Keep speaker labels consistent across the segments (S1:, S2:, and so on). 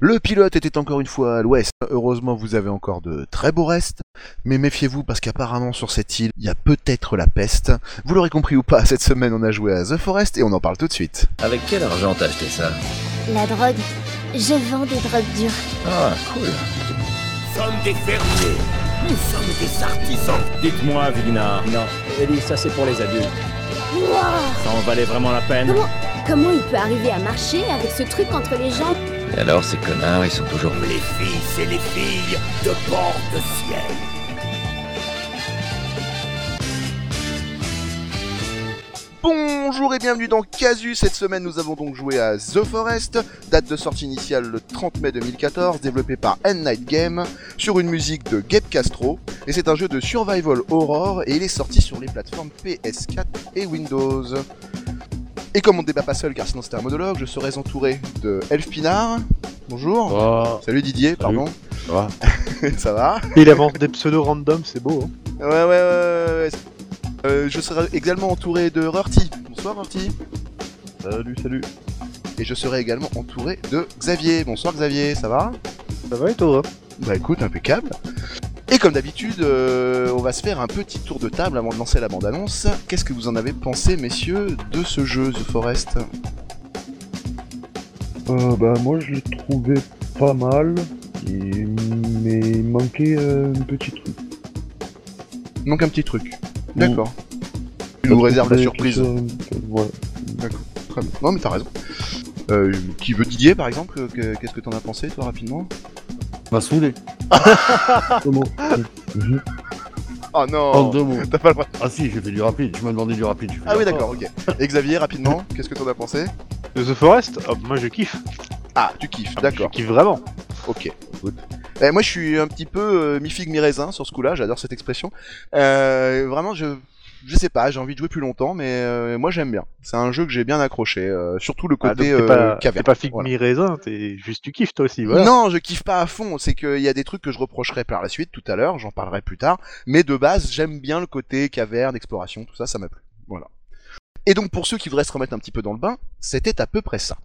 S1: Le pilote était encore une fois à l'ouest. Heureusement, vous avez encore de très beaux restes, mais méfiez-vous parce qu'apparemment sur cette île, il y a peut-être la peste. Vous l'aurez compris ou pas, cette semaine on a joué à The Forest et on en parle tout de suite.
S2: Avec quel argent t'as acheté ça
S3: La drogue. Je vends des drogues dures.
S2: Ah, cool.
S4: Nous sommes des fermiers. Nous sommes des artisans.
S5: Dites-moi, Vigna,
S6: Non, Ellie, ça c'est pour les adultes.
S3: Wow
S5: ça en valait vraiment la peine
S3: Comment, comment il peut arriver à marcher avec ce truc entre les jambes
S2: Et alors, ces connards, ils sont toujours...
S4: Comme les fils et les filles de bord de ciel.
S1: Bonjour et bienvenue dans Casu. Cette semaine, nous avons donc joué à The Forest, date de sortie initiale le 30 mai 2014, développé par End Night Game, sur une musique de Gabe Castro. Et c'est un jeu de survival horror et il est sorti sur les plateformes PS4 et Windows. Et comme on ne débat pas seul, car sinon c'était un monologue, je serai entouré de Elf Pinard. Bonjour.
S7: Oh,
S1: Salut Didier, pardon.
S7: ça va.
S1: Ça va
S7: Il avance des pseudos random, c'est beau. hein.
S1: Ouais, ouais, ouais, ouais, ouais. Euh, je serai également entouré de Rorty. Bonsoir Rorty.
S7: Salut, salut.
S1: Et je serai également entouré de Xavier. Bonsoir Xavier, ça va
S7: Ça va et toi hein
S1: Bah écoute, impeccable. Et comme d'habitude, euh, on va se faire un petit tour de table avant de lancer la bande-annonce. Qu'est-ce que vous en avez pensé, messieurs, de ce jeu, The Forest
S8: Euh, bah, moi, je l'ai trouvé pas mal, et- mais il manquait euh, un petit truc.
S1: Il manque un petit truc. D'accord. Tu nous réserves la surprise.
S8: Voilà.
S1: Très bien. Non mais t'as raison. Euh, qui veut Didier par exemple euh, que- Qu'est-ce que t'en as pensé toi rapidement
S9: m'a saoulé.
S8: Comment Mhm.
S1: Oh
S9: En
S1: non
S9: deux mots.
S1: T'as pas le droit.
S9: Ah si, j'ai fait du rapide. Je me demandais du rapide. j'ai fait
S1: Ah
S9: du
S1: oui
S9: rapide.
S1: d'accord, ok. Et Xavier rapidement, qu'est-ce que t'en as pensé
S7: De The Forest Hop, moi je kiffe.
S1: Ah, tu kiffes,
S7: Ah,
S1: d'accord.
S7: Je kiffe vraiment.
S1: Ok, good. Eh, moi, je suis un petit peu euh, mi-figue, mi-raisin sur ce coup-là, j'adore cette expression. Euh, vraiment, je, je sais pas, j'ai envie de jouer plus longtemps, mais euh, moi, j'aime bien. C'est un jeu que j'ai bien accroché, euh, surtout le
S7: Ah, donc
S1: côté
S7: t'es
S1: euh,
S7: pas,
S1: caverne.
S7: t'es pas figue
S1: Voilà.
S7: mi-raisin, t'es juste tu kiffes toi aussi. Voilà.
S1: Non, je kiffe pas à fond, c'est qu'il y a des trucs que je reprocherai par la suite, tout à l'heure, j'en parlerai plus tard, mais de base, j'aime bien le côté caverne, exploration, tout ça, ça m'a plu. Voilà. Et donc, pour ceux qui voudraient se remettre un petit peu dans le bain, c'était à peu près ça.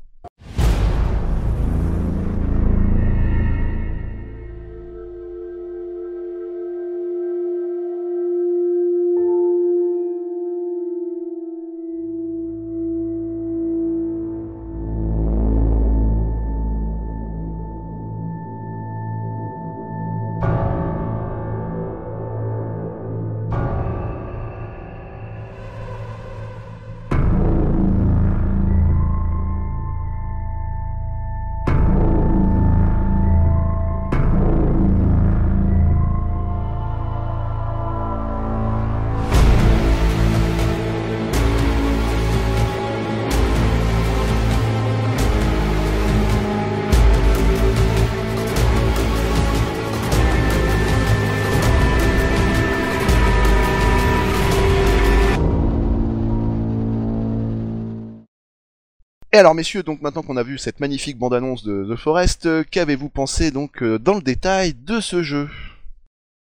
S1: Et alors messieurs, donc maintenant qu'on a vu cette magnifique bande-annonce de The Forest, euh, qu'avez-vous pensé donc euh, dans le détail de ce jeu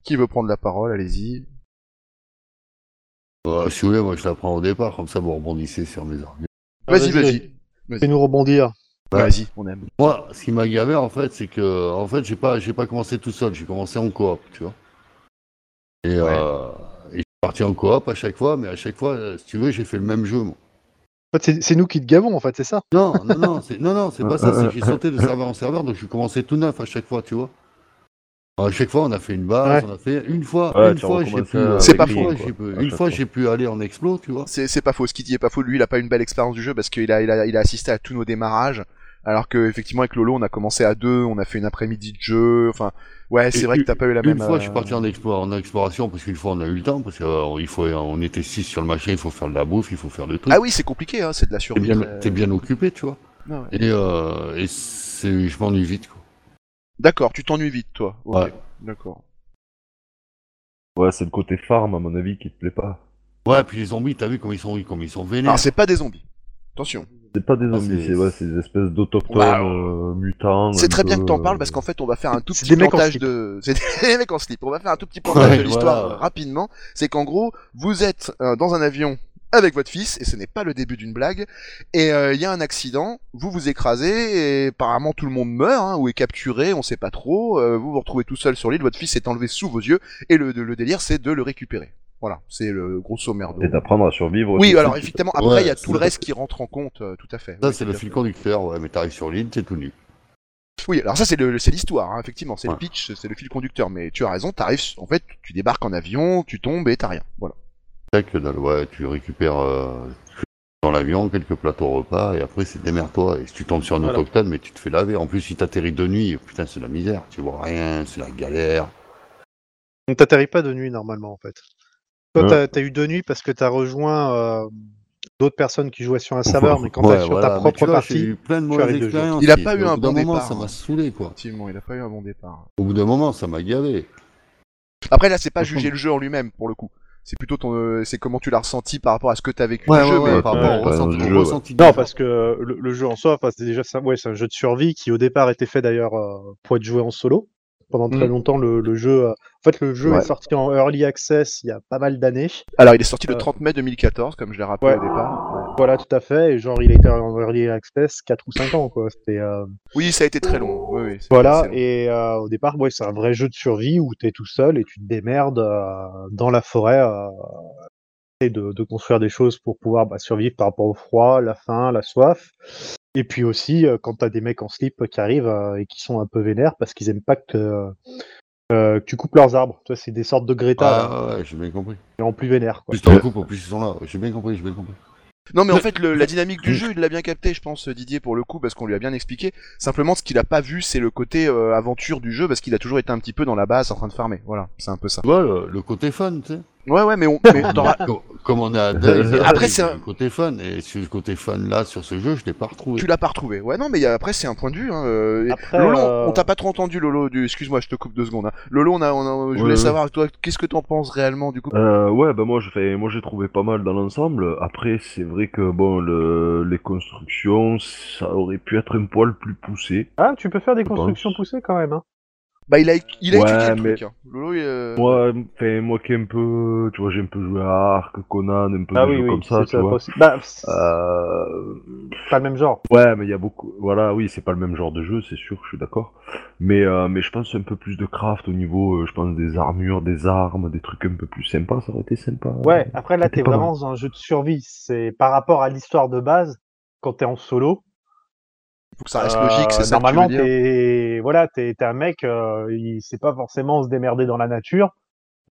S1: Qui veut prendre la parole Allez-y.
S9: Bah, si vous voulez, moi je la prends au départ, comme ça vous rebondissez sur mes arguments.
S1: Vas-y, vas-y.
S7: Fais-nous rebondir.
S9: Ah, Ouais.
S1: Vas-y, on aime.
S9: Moi, ce qui m'a gavé en fait, c'est que en fait j'ai pas j'ai pas commencé tout seul, j'ai commencé en coop, tu vois. Et, euh, et je suis parti en coop à chaque fois, mais à chaque fois, euh, si tu veux, j'ai fait le même jeu. Moi.
S7: En fait, c'est- c'est nous qui te gavons en fait, c'est ça
S9: Non, non, non, c'est non, non, c'est pas ça. C'est que j'ai sauté de serveur en serveur, donc je commençais tout neuf à chaque fois, tu vois. À chaque fois, on a fait une base, on a fait une fois,
S7: Ouais,
S9: une
S7: tu
S9: fois, j'ai
S7: recommences,
S9: pu,
S7: euh,
S1: C'est pas
S9: une
S1: faux,
S9: fois,
S7: quoi,
S9: j'ai
S7: à
S9: pu, une
S7: chaque
S9: fois,
S7: fois.
S9: j'ai pu aller en explo, tu vois.
S1: C'est c'est pas faux, ce qu'il dit est pas faux, lui il a pas une belle expérience du jeu parce qu'il a, il a, il a assisté à tous nos démarrages, alors que effectivement avec Lolo on a commencé à deux, on a fait une après-midi de jeu, enfin ouais c'est
S9: Et
S1: vrai que t'as pas eu la même...
S9: Une fois, je suis
S1: euh,
S9: parti en, explo- en exploration parce qu'une fois, on a eu le temps parce qu'il faut, on était six sur le machin, il faut faire de la bouffe, il faut faire le truc.
S1: Ah oui c'est compliqué, hein, c'est de la
S9: t'es
S1: survie.
S9: Eh bien,
S1: euh,
S9: t'es bien occupé, tu vois.
S1: non, ouais.
S9: Et, euh, et c'est, je m'ennuie vite. Quoi.
S1: D'accord, tu t'ennuies vite toi. Ok,
S9: Ouais.
S1: D'accord.
S8: Ouais, c'est le côté farm, à mon avis, qui te plaît pas.
S9: Ouais, puis les zombies, t'as vu comme ils sont, comme ils sont vénères.
S1: Alors Ah, c'est pas des zombies, attention.
S8: C'est pas des
S9: Ah,
S8: zombies,
S9: c'est-
S8: c'est ouais, c'est des espèces d'autochtones
S1: Bah,
S8: euh, mutants.
S1: C'est
S8: un
S1: très bien
S8: peu,
S1: que t'en
S8: euh,
S1: parles parce qu'en fait on va faire un tout
S7: c'est
S1: petit
S7: des mecs en
S1: plantage
S7: slip.
S1: de. C'est des mecs en slip. On va faire un tout petit plantage
S9: Ouais,
S1: de l'histoire
S9: voilà.
S1: euh, rapidement. C'est qu'en gros, vous êtes euh, dans un avion avec votre fils, et ce n'est pas le début d'une blague, et euh, il y a un accident, vous vous écrasez, et apparemment tout le monde meurt, hein, ou est capturé, on sait pas trop, euh, vous vous retrouvez tout seul sur l'île, votre fils est enlevé sous vos yeux, et le, le délire c'est de le récupérer. Voilà, c'est le grosso merdo.
S10: C'est d'apprendre à survivre.
S1: Oui,
S10: aussi.
S1: alors effectivement, après, il y a
S9: Ouais,
S1: tout le
S9: c'est-
S1: reste qui rentre en compte, euh, tout à fait.
S9: Ça,
S1: Oui,
S9: c'est
S1: tout
S9: le
S1: à
S9: fil
S1: fait.
S9: conducteur, ouais, mais t'arrives sur l'île, t'es tout nu.
S1: Oui, alors ça, c'est le- c'est l'histoire, hein, effectivement. C'est le
S9: Ouais.
S1: pitch, c'est le fil conducteur. Mais tu as raison, t'arrives, en fait, tu débarques en avion, tu tombes et t'as rien. Voilà.
S9: Tac, que dalle, ouais, tu récupères euh, dans l'avion quelques plateaux repas et après c'est démerde-toi. Et si tu tombes sur un
S6: Voilà.
S9: autochtone, mais tu te fais laver. En plus, si t'atterris de nuit, putain, c'est la misère. Tu vois rien, c'est la galère.
S7: On t'atterrit pas de nuit normalement en fait. Toi,
S9: Hein
S7: t'as- t'as eu deux nuits parce que t'as rejoint euh, d'autres personnes qui jouaient sur un serveur, mais quand
S9: Ouais,
S7: t'as sur
S9: voilà.
S7: ta
S9: Mais
S7: propre
S9: tu vois, J'ai
S7: partie,
S9: eu plein de
S7: arrives
S9: mauvaises
S7: de jeu.
S9: expériences.
S1: Il a
S9: et
S1: pas eu
S9: au
S1: un
S9: bout d'un
S1: bon
S9: moment,
S1: départ,
S9: ça
S1: hein.
S9: m'a saoulé, quoi.
S1: Effectivement, il a pas eu un bon départ.
S9: Au bout d'un moment, ça m'a gavé.
S1: Après, là, c'est pas
S9: Franchement.
S1: juger le jeu en lui-même, pour le coup. C'est plutôt ton, euh, c'est comment tu l'as ressenti par rapport à ce que t'as vécu
S9: Ouais,
S1: du
S9: ouais,
S1: jeu.
S9: ouais,
S1: mais-
S9: par
S8: ouais,
S9: rapport au
S10: ouais,
S9: ressenti-
S10: dans
S9: au
S10: le jeu,
S9: ressenti du
S7: Non,
S9: jeu.
S7: parce que le, le jeu en soi, enfin, c'est déjà ça. Ouais, c'est un jeu de survie qui au départ était fait d'ailleurs euh, pour être joué en solo. Pendant très
S1: Mm.
S7: longtemps, le, le jeu, euh, en fait, le jeu
S10: Ouais.
S7: est sorti en early access il y a pas mal d'années.
S1: Alors, il est sorti le
S7: Euh.
S1: 30 mai 2014, comme je l'ai rappelé
S7: Ouais.
S1: au départ.
S7: Voilà, tout à fait. Et genre, il était en early access 4 ou 5 ans, quoi. C'était euh,
S1: Oui, ça a été très long. Oui, oui, c'est-
S7: voilà.
S1: c'est long.
S7: Et euh, au départ, ouais, c'est un vrai jeu de survie où t'es tout seul et tu te démerdes euh, dans la forêt. Euh, et de, de construire des choses pour pouvoir bah, survivre par rapport au froid, la faim, la soif. Et puis aussi, euh, quand t'as des mecs en slip qui arrivent euh, et qui sont un peu vénères parce qu'ils aiment pas que, euh, que tu coupes leurs arbres. Tu vois, c'est des sortes de Greta, là,
S9: Ah, ouais, j'ai bien compris.
S7: mais en plus vénère. Quoi.
S9: Plus t'en coupes, au plus ils sont là. J'ai bien compris, j'ai bien compris.
S1: Non, mais en fait, le- la dynamique du jeu, il l'a bien capté, je pense, Didier, pour le coup, parce qu'on lui a bien expliqué. Simplement, ce qu'il a pas vu, c'est le côté euh, aventure du jeu, parce qu'il a toujours été un petit peu dans la base en train de farmer. Voilà, c'est un peu ça.
S9: Tu vois, le, le côté fun, tu sais.
S1: Ouais, ouais, mais on. mais on t'aura-
S9: Co- Comme on est à Dave,
S1: Après,
S9: il y a
S1: c'est un-
S9: le côté fun. Et sur le côté fun là, sur ce jeu, je l'ai pas retrouvé.
S1: Tu l'as pas retrouvé. Ouais, non, mais il y a- après, c'est un point de vue. Hein. euh, et-
S7: Après,
S1: Lolo,
S7: euh,
S1: on t'a pas trop entendu, Lolo. Du... Excuse-moi, je te coupe deux secondes. hein. Lolo, on a, on a- je
S10: Ouais,
S1: voulais
S10: ouais.
S1: savoir, toi, qu'est-ce que t'en penses réellement, du coup
S10: Euh, ouais, bah moi je fais, moi j'ai trouvé pas mal dans l'ensemble. Après, c'est vrai que bon, le, les constructions, ça aurait pu être un poil plus poussé.
S7: Ah, tu peux faire des
S10: Je pense.
S7: constructions poussées quand même. Hein.
S1: Bah, il a, il a
S10: Ouais,
S1: étudié le
S10: mais-
S1: truc. Hein. Lolo, il, euh,
S10: Moi, enfin, moi qui ai un peu, tu vois, j'ai un peu joué à Ark, Conan, un peu des jeux comme ça,
S7: Ah c'est
S10: tu vois.
S7: possible. Bah, c'est
S10: Euh,
S7: pas le même genre.
S10: Ouais, mais il y a beaucoup. Voilà, oui, c'est pas le même genre de jeu, c'est sûr, je suis d'accord. Mais, euh, mais je pense un peu plus de craft au niveau, euh, je pense, des armures, des armes, des trucs un peu plus sympas, ça aurait été sympa.
S7: Ouais, après là, t'es
S10: pas mal.
S7: vraiment dans un jeu de survie. C'est par rapport à l'histoire de base, quand t'es en solo.
S1: faut que ça
S10: Ah,
S1: reste
S7: euh,
S10: bah,
S1: logique, c'est ça que tu veux
S7: Normalement,
S1: dire.
S7: t'es voilà, t'es t'es un mec, euh, il sait pas forcément se démerder dans la nature.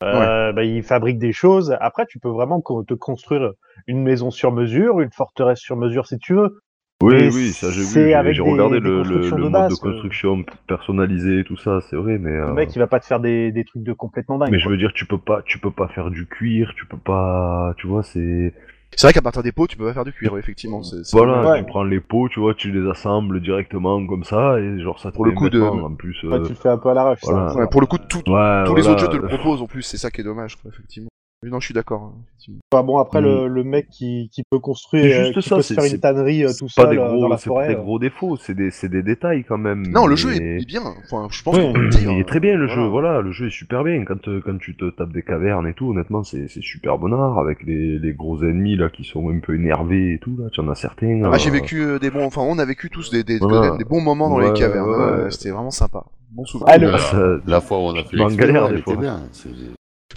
S7: Euh, bah, il fabrique des choses. Après, tu peux vraiment co- te construire une maison sur mesure, une forteresse sur mesure si tu veux.
S10: Oui,
S7: Mais
S10: oui, ça j'ai
S7: c'est
S10: vu, j'ai-
S7: avec
S10: j'ai
S7: des-
S10: regardé
S7: des
S10: le, le,
S7: constructions
S10: le
S7: de
S10: mode
S7: base,
S10: de
S7: quoi.
S10: construction personnalisé, tout ça, c'est vrai, mais,
S7: Le
S10: euh,
S7: mec, il va pas te faire des, des trucs de complètement dingue.
S10: mais je
S7: quoi.
S10: veux dire, tu peux pas, tu peux pas faire du cuir, tu peux pas, tu vois, c'est,
S1: C'est vrai qu'à partir des pots, tu peux pas faire du cuir, ouais, effectivement. c'est- c'est-
S10: voilà,
S7: Ouais.
S10: tu prends les pots, tu vois, tu les assembles directement comme ça, et genre ça te
S1: Pour le
S10: fait
S1: coup de-
S10: bêtement, en plus,
S7: Ouais,
S10: euh,
S7: tu le fais un peu à l'arrache.
S10: voilà.
S7: ça.
S1: Ouais, pour le coup, tout,
S10: ouais,
S1: tous les
S10: Euh, bah, voilà,
S1: autres jeux te le proposent en plus, c'est ça qui est dommage, quoi, effectivement. Mais non, je suis d'accord. hein, effectivement.
S7: Enfin, Ah, bon, après,
S10: Mm.
S7: le, le mec qui, qui peut construire,
S10: C'est
S7: euh,
S10: juste
S7: qui
S10: ça,
S7: peut
S10: c'est-
S7: se faire
S10: c'est
S7: une tannerie euh, tout
S10: C'est pas
S7: seul
S10: des
S7: euh, dans
S10: gros,
S7: la
S10: c'est pas
S7: forêt.
S10: des
S7: euh.
S10: gros défauts, c'est des, c'est des détails quand même.
S1: Non, le jeu
S10: mais-
S1: est bien. Enfin, je pense
S10: Ouais,
S1: qu'on peut le dire.
S10: il est très bien le
S1: Voilà.
S10: jeu, voilà, le jeu est super bien. Quand, euh, quand tu te tapes des cavernes et tout, honnêtement, c'est c'est super bon art avec les, les gros ennemis là qui sont un peu énervés et tout. Là, tu en as certains.
S1: Ah, j'ai
S10: euh,
S1: vécu euh, des bons, enfin, on a vécu tous des, des,
S10: Voilà.
S1: des bons moments dans les
S10: Ouais,
S1: cavernes.
S10: ouais,
S1: euh,
S10: ouais.
S1: C'était vraiment sympa. Bon souvenir.
S7: Ah, le-
S9: Voilà.
S10: ça-
S9: La fois où on a fait
S10: Dans la
S9: l'exploit,
S10: galère,
S9: elle
S10: des
S9: était
S10: fois.
S9: bien. C'est-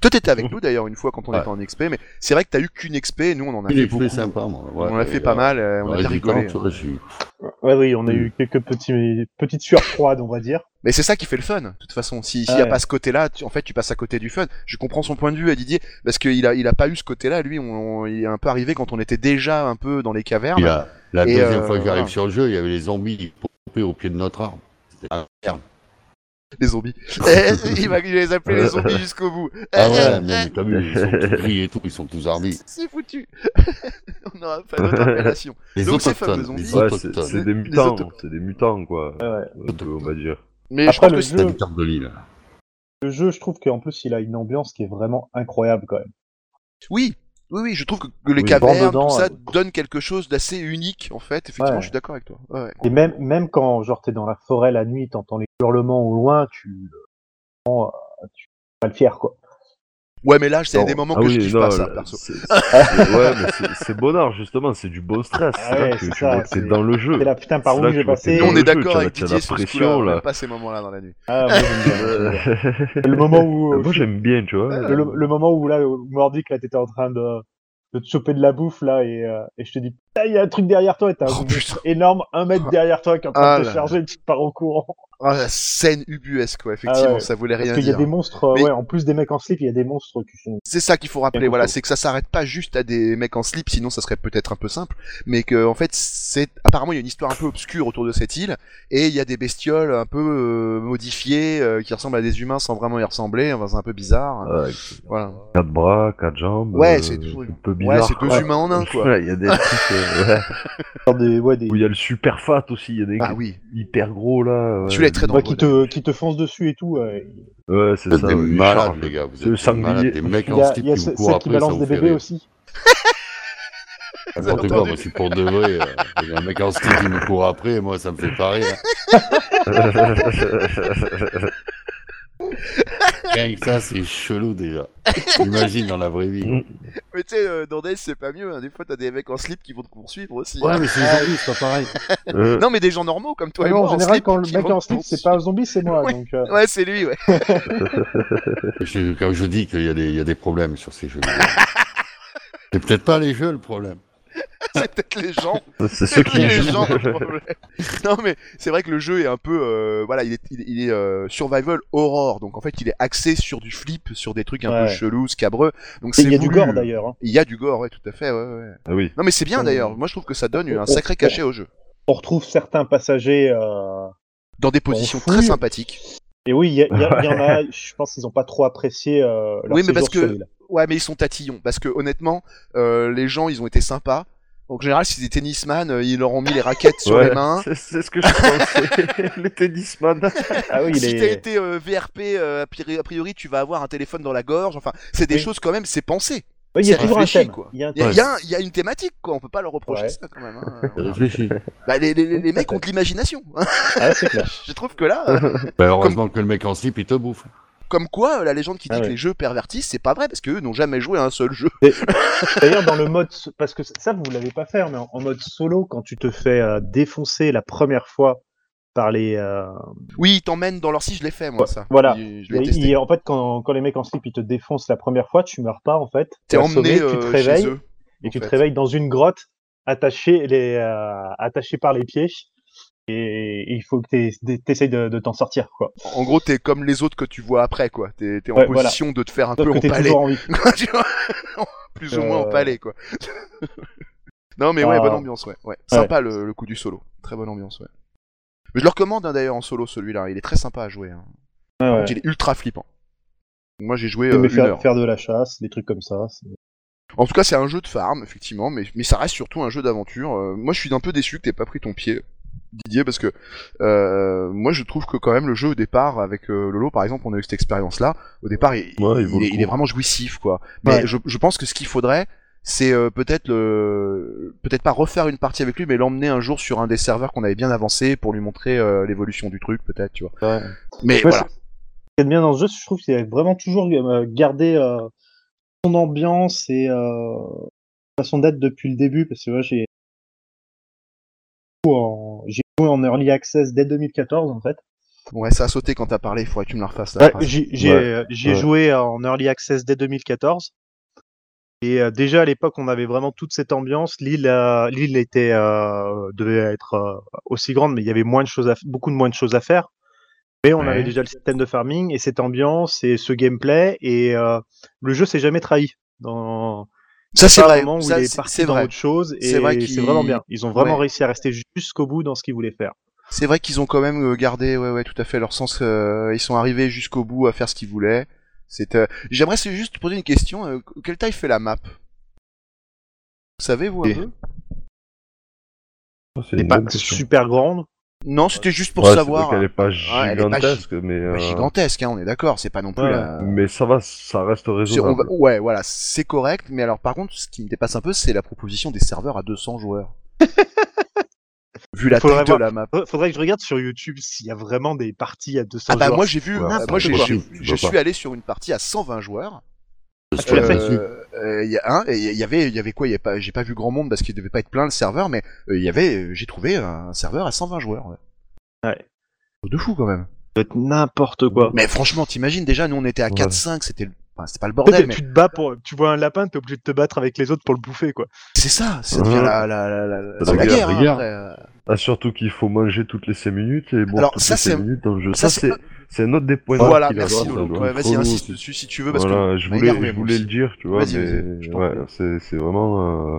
S1: Toi, t'étais avec nous d'ailleurs une fois quand on
S9: Ouais.
S1: était en XP, mais c'est vrai que t'as eu qu'une XP. et Nous, on en a
S9: Il
S1: fait
S9: est
S1: beaucoup.
S9: plus sympa, moi. ouais.
S1: on a fait
S9: Et,
S1: pas
S9: euh,
S1: mal. euh, on a
S9: ouais,
S1: bien
S9: j'ai
S1: rigolé.
S9: commencé, ouais, j'ai-
S7: Ouais, oui, on a
S10: Mm.
S7: eu quelques petits, petites sueurs froides, on va dire.
S1: Mais c'est ça qui fait le fun. De toute façon, si s'il
S7: Ouais.
S1: y a pas ce côté-là, tu- en fait, tu passes à côté du fun. Je comprends son point de vue, à Didier, parce qu'il a, il a pas eu ce côté-là. Lui, on, on- il est un peu arrivé quand on était déjà un peu dans les
S9: Puis
S1: cavernes.
S9: la, la
S1: Et,
S9: deuxième
S1: euh,
S9: fois que j'arrive
S1: voilà.
S9: sur le jeu, il y avait les zombies qui pompaient au pied de notre arbre. C'était la merde.
S1: Les zombies. Eh, il va il les appeler les zombies jusqu'au bout.
S9: Ah ouais,
S1: Eh,
S9: mais, mais t'as vu, ils sont tous gris et tout, ils sont tous hardis.
S1: C'est foutu. on n'aura pas d'autre appellation.
S9: Les
S1: Donc, ces fameux
S9: autochtones,
S1: zombies-
S9: les
S10: Ouais, c'est
S9: autochtones,
S10: c'est
S1: Les
S10: des mutants,
S1: auto-
S10: c'est des mutants quoi,
S7: ouais.
S10: un peu, on va dire.
S1: Mais je
S7: Après,
S1: pense que
S7: le
S1: c'est-
S9: les habitants de l'île.
S7: Le jeu, je trouve qu'en plus, il a une ambiance qui est vraiment incroyable quand même.
S1: Oui, oui, oui, je trouve que, que les
S7: Oui,
S1: cavernes,
S7: vent dedans,
S1: tout ça,
S7: euh,
S1: donne quelque chose d'assez unique, en fait. Effectivement,
S7: Ouais.
S1: je suis d'accord avec toi. Ouais.
S7: Et même, même quand, genre, t'es dans la forêt la nuit, euh, t'entends les hurlements au loin, tu, euh, tu es pas le fier, quoi.
S1: Ouais, mais là, c'est
S10: Non.
S1: des moments
S10: Ah
S1: que
S10: oui,
S1: je kiffe
S10: non,
S1: pas, ça,
S10: là,
S1: perso.
S10: c'est- c'est- ouais, mais c'est- c'est bonheur, justement, c'est du beau stress.
S7: Ah
S10: c'est là
S7: ouais,
S10: que
S7: c'est
S10: tu
S7: ça,
S10: vois que t'es
S7: c'est-
S10: dans le jeu.
S7: C'est la putain par
S10: C'est
S7: où
S10: là
S7: j'ai
S10: que t'es
S7: passé.
S1: Nous,
S10: dans
S1: on
S10: le
S1: est
S10: jeu,
S1: d'accord
S10: t'as-
S1: avec
S10: t'as
S1: Didier
S10: la
S1: sur ce
S10: pression,
S1: coup-là, on
S10: là.
S1: aime pas ces moments-là dans la nuit.
S7: Ah, moi, j'aime bien, j'aime bien. le moment où euh,
S10: Moi, j'aime bien, tu vois.
S7: le, le moment où là où Mordic là t'étais en train de, de te choper de la bouffe là et, euh, et je te dis putain il y a un truc derrière toi et t'as un
S1: Oh,
S7: truc
S1: putain.
S7: énorme un mètre derrière toi qui est en train
S1: Ah
S7: de te
S1: là
S7: charger et tu pars en courant
S1: Ah, la scène ubuesque, ouais, effectivement,
S7: Ah ouais.
S1: ça voulait
S7: parce
S1: rien
S7: qu'il y a
S1: dire.
S7: des monstres euh,
S1: Mais-
S7: ouais en plus des mecs en slip il y a des monstres qui sont
S1: C'est ça qu'il faut rappeler,
S7: Quelque
S1: voilà,
S7: chose.
S1: c'est que ça s'arrête pas juste à des mecs en slip, sinon ça serait peut-être un peu simple, mais que en fait, c'est apparemment il y a une histoire un peu obscure autour de cette île et il y a des bestioles un peu euh, modifiées euh, qui ressemblent à des humains sans vraiment y ressembler, enfin, c'est un peu bizarre. hein.
S10: Ouais,
S1: Voilà.
S10: quatre bras, quatre jambes.
S1: Ouais,
S10: euh,
S1: c'est toujours-
S10: un peu bizarre.
S1: Ouais, c'est deux
S10: quoi.
S1: humains en un quoi.
S10: Ouais, Il y a des trucs. euh, ouais.
S7: des ouais des
S10: Où il y a le super fat aussi, il y a des
S1: Ah oui.
S10: hyper gros là. ouais.
S1: Celui-là est très
S7: ouais,
S1: dangereux.
S7: qui te qui te foncent dessus et tout euh,
S10: Ouais, c'est
S9: Vous êtes
S10: ça.
S9: des
S10: ouais, il
S9: malades,
S10: charge.
S9: les gars. Vous
S10: Le
S9: êtes des
S10: sanglier.
S9: malades. Des mecs
S7: il y
S9: en
S7: a,
S9: slip
S7: il y a
S9: qui
S7: ce-
S9: vous
S7: celle
S9: courent
S7: qui
S9: après, ça
S7: balance
S9: vous
S7: des
S9: fait
S7: bébés
S9: rire.
S7: aussi
S9: N'importe quoi, moi, c'est pour de vrai. euh, Il y a un mec en slip qui me court après, moi, ça me fait pas rire. Rien que ça, c'est chelou, déjà. Imagine dans la vraie vie.
S1: Mais tu sais, euh, dans Days, c'est pas mieux. hein. Des fois, t'as des mecs en slip qui vont te poursuivre aussi.
S9: Ouais, mais c'est aujourd'hui, c'est pas pareil.
S10: Euh,
S1: Non, mais des gens normaux comme toi
S7: Mais
S1: et
S7: bon,
S1: moi.
S7: en général
S1: slip
S7: quand le
S1: qui
S7: mec
S1: vont
S7: en
S1: te
S7: slip c'est pas un zombie c'est moi
S1: Ouais.
S7: donc euh,
S1: poursuivre. Ouais, c'est lui, ouais.
S9: Je- Quand je dis qu'il y, a des- il y a des problèmes sur ces jeux. C'est peut-être pas les jeux, le problème.
S1: c'est peut-être les gens.
S10: c'est ceux qui
S1: les
S10: jouent.
S1: gens, le problème. Non, mais c'est vrai que le jeu est un peu. euh, voilà, il est, il est- il est, euh, survival horror. Donc en fait, il est axé sur du flip, sur des trucs un peu
S7: Ouais.
S1: chelous, scabreux. Donc c'est
S7: et il y a du
S1: voulu.
S7: gore d'ailleurs hein.
S1: Il y a du gore, ouais, tout à fait, ouais, ouais.
S10: Ah oui.
S1: Non, mais c'est bien
S7: Ouais.
S1: d'ailleurs. Moi, je trouve que ça donne
S7: Oh,
S1: un
S7: oh,
S1: sacré
S7: oh.
S1: cachet au jeu.
S7: on retrouve certains passagers euh,
S1: Dans des positions
S7: fouille.
S1: très sympathiques.
S7: Et oui, il y, a- il y a- il y en a, je pense qu'ils n'ont pas trop apprécié euh, leur
S1: Oui, mais parce
S7: séjour
S1: que-
S7: sur l'île.
S1: Ouais, mais ils sont tatillons. Parce que honnêtement, euh, les gens, ils ont été sympas. Donc, en général, si c'est des tennisman, euh, ils leur ont mis les raquettes sur
S10: Ouais,
S1: les mains.
S10: c'est- C'est ce que je pensais. le tennisman.
S7: Ah oui, il
S1: si
S7: est-
S1: t'as été euh, VRP, euh, a priori- a priori, tu vas avoir un téléphone dans la gorge. Enfin, c'est des
S7: Oui.
S1: choses quand même, c'est pensé.
S7: Oui, il y a
S1: c'est
S7: toujours un
S1: réfléchi,
S7: thème.
S1: quoi.
S7: Il y a un
S1: Il y, a-
S7: thème.
S1: il y a un- il y a une thématique, quoi. On peut pas leur reprocher
S7: Ouais.
S1: ça, quand même. hein.
S9: Réfléchis.
S1: Bah, les, les- les- les mecs ont de l'imagination. hein.
S7: Ah, c'est clair.
S1: Je trouve que là, euh,
S9: Bah, heureusement que le mec en slip, il te bouffe.
S1: comme quoi, euh, la légende qui dit
S7: Ah
S1: que
S7: ouais.
S1: les jeux pervertissent, c'est pas vrai, parce qu'eux n'ont jamais joué à un seul jeu.
S7: D'ailleurs, dans le mode, so- parce que ça, vous l'avez pas fait, hein, mais en, en mode solo, quand tu te fais euh, défoncer la première fois par les, euh,
S1: Oui, ils t'emmènent dans leur si je l'ai fait, moi, ça.
S7: Voilà.
S1: Je- je l'ai
S7: il-
S1: testé.
S7: il- en fait, quand, quand les mecs en slip ils te défoncent la première fois, tu meurs pas en fait.
S1: T'es
S7: T'es
S1: emmené
S7: assommé, tu te
S1: euh,
S7: réveilles
S1: chez eux.
S7: et
S1: en
S7: tu te
S1: fait.
S7: réveilles dans une grotte, attaché les, euh, attaché par les pieds, et, et il faut que t'es- t'essayes de, de t'en sortir, quoi.
S1: En gros, t'es comme les autres que tu vois après, quoi. T'es t'es en
S7: Ouais, voilà.
S1: position de te faire un
S7: Sauf
S1: peu
S7: que t'es
S1: empaler.
S7: toujours en vie.
S1: Tu vois plus ou moins
S7: Euh.
S1: empalé quoi. non mais ouais,
S7: Ah.
S1: bonne ambiance, ouais. ouais. Sympa le, le coup du solo. Très bonne ambiance, ouais. Mais je le recommande hein, d'ailleurs en solo celui-là, il est très sympa à jouer. hein.
S7: Ouais, ouais.
S1: Il est ultra flippant. Moi j'ai joué
S7: Mais
S1: euh, une
S7: faire,
S1: heure.
S7: faire de la chasse, des trucs comme ça. c'est-
S1: En tout cas c'est un jeu de farm, effectivement, mais, mais ça reste surtout un jeu d'aventure. Euh, moi je suis un peu déçu que t'aies pas pris ton pied. Didier, parce que euh, moi je trouve que quand même le jeu au départ avec euh, Lolo par exemple, on a eu cette expérience là. Au départ, il,
S10: Ouais, il
S1: il,
S10: vaut le
S1: est,
S10: coup.
S1: il est vraiment jouissif quoi. Mais
S7: Ouais.
S1: je, je pense que ce qu'il faudrait, c'est euh, peut-être le, peut-être pas refaire une partie avec lui, mais l'emmener un jour sur un des serveurs qu'on avait bien avancé pour lui montrer euh, l'évolution du truc peut-être, tu vois. Mais
S7: Ouais,
S1: voilà.
S7: c'est- Ce qui est bien dans ce jeu, je trouve qu'il a vraiment toujours euh, gardé euh, son ambiance et euh, sa façon d'être depuis le début, parce que ouais, j'ai en- j'ai joué en early access dès 2014 en fait.
S1: Ouais, ça a sauté quand t'as parlé. Il faudrait que tu me la refasses. la
S7: Ouais,
S1: phrase.
S7: j'ai j'ai-
S10: Ouais,
S7: euh, j'y ai
S10: ouais.
S7: joué en early access dès 2014. Et euh, déjà à l'époque, on avait vraiment toute cette ambiance. L'île, euh, l'île était euh, devait être euh, aussi grande, mais il y avait moins de choses, à f- beaucoup de moins de choses à faire. Mais on
S10: Ouais.
S7: avait déjà le système de farming et cette ambiance et ce gameplay et euh, le jeu s'est jamais trahi. Dans
S1: ça c'est
S7: pas un
S1: vrai.
S7: moment où
S1: Ça,
S7: il est
S1: c'est-
S7: parti
S1: c'est
S7: dans
S1: vrai.
S7: autre chose et
S1: C'est
S7: c'est,
S1: vrai qu'il-
S7: vraiment bien. Ils ont vraiment
S1: Ouais.
S7: réussi à rester jusqu'au bout dans ce qu'ils voulaient faire.
S1: C'est vrai qu'ils ont quand même euh, gardé, ouais, ouais, tout à fait leur sens. euh, ils sont arrivés jusqu'au bout à faire ce qu'ils voulaient. C'est. euh, J'aimerais c'est juste te poser une question. euh, quelle taille fait la map Vous savez vous un
S7: Et-
S1: peu
S10: Oh, C'est
S7: C'est
S10: une
S7: pas
S10: bonne question.
S7: super grande.
S1: Non, c'était juste pour
S10: Ouais, c'est
S1: savoir. hein.
S10: vrai qu'elle est pas
S1: Ouais, elle est pas
S10: gigantesque, mais.
S1: Bah,
S10: euh,
S1: gigantesque, hein, on est d'accord, c'est pas non plus
S7: Ouais.
S1: la-
S10: Mais ça va, ça reste
S1: C'est- on va-
S10: raisonnable.
S1: Ouais, voilà, c'est correct, mais alors par contre, ce qui me dépasse un peu, c'est la proposition des serveurs à 200 joueurs. Vu la
S7: Faudrait
S1: taille de
S7: voir.
S1: la map.
S7: Fa- Faudrait que je regarde sur YouTube s'il y a vraiment des parties à 200
S1: Ah bah
S7: joueurs.
S1: moi j'ai vu,
S10: Ouais,
S1: moi
S10: c'est
S1: j'ai-
S10: impossible,
S1: j'ai-
S10: tu
S1: je
S10: peux
S1: suis
S10: pas.
S1: allé sur une partie à 120 joueurs,
S9: Parce
S7: Tout à fait.
S9: que,
S1: Euh, euh, il y a un, et il y avait, il y avait quoi Il y avait pas, j'ai pas vu grand monde parce qu'il devait pas être plein le serveur, mais euh, il y avait, euh, j'ai trouvé un serveur à 120 joueurs. Ouais.
S11: Ouais.
S1: De fou quand même.
S11: Ça doit être n'importe quoi.
S1: Mais franchement, t'imagines déjà, nous on était à
S10: Ouais.
S1: 4-5, c'était, le- enfin, c'était pas le
S11: En fait,
S1: bordel, mais
S11: Tu te bats pour, tu vois un lapin, t'es obligé de te battre avec les autres pour le bouffer quoi.
S1: c'est ça, ça devient
S10: Ouais.
S1: la, la, la, la,
S10: Ça
S1: c'est la
S10: devient la
S1: guerre. hein,
S10: guerre.
S1: après, euh.
S10: Ah, surtout qu'il faut manger toutes les 5 minutes et bon,
S1: Alors,
S10: toutes
S1: ça,
S10: les cinq
S1: c'est-
S10: minutes dans le jeu.
S1: ça,
S10: Ça,
S1: c'est-
S10: c'est c'est un autre des points
S1: Voilà,
S10: qu'il a,
S1: merci
S10: ça,
S1: Lolo.
S10: doit
S1: Ouais,
S10: être
S1: vas-y,
S10: relou
S1: insiste
S10: aussi.
S1: dessus si tu veux parce
S10: Voilà,
S1: que
S10: je
S1: on a
S10: voulais,
S1: énervé,
S10: je
S1: moi
S10: voulais
S1: aussi.
S10: le dire, tu vois,
S1: Vas-y,
S10: mais
S1: vas-y, je t'en
S10: ouais,
S1: prie.
S10: c'est c'est vraiment... euh,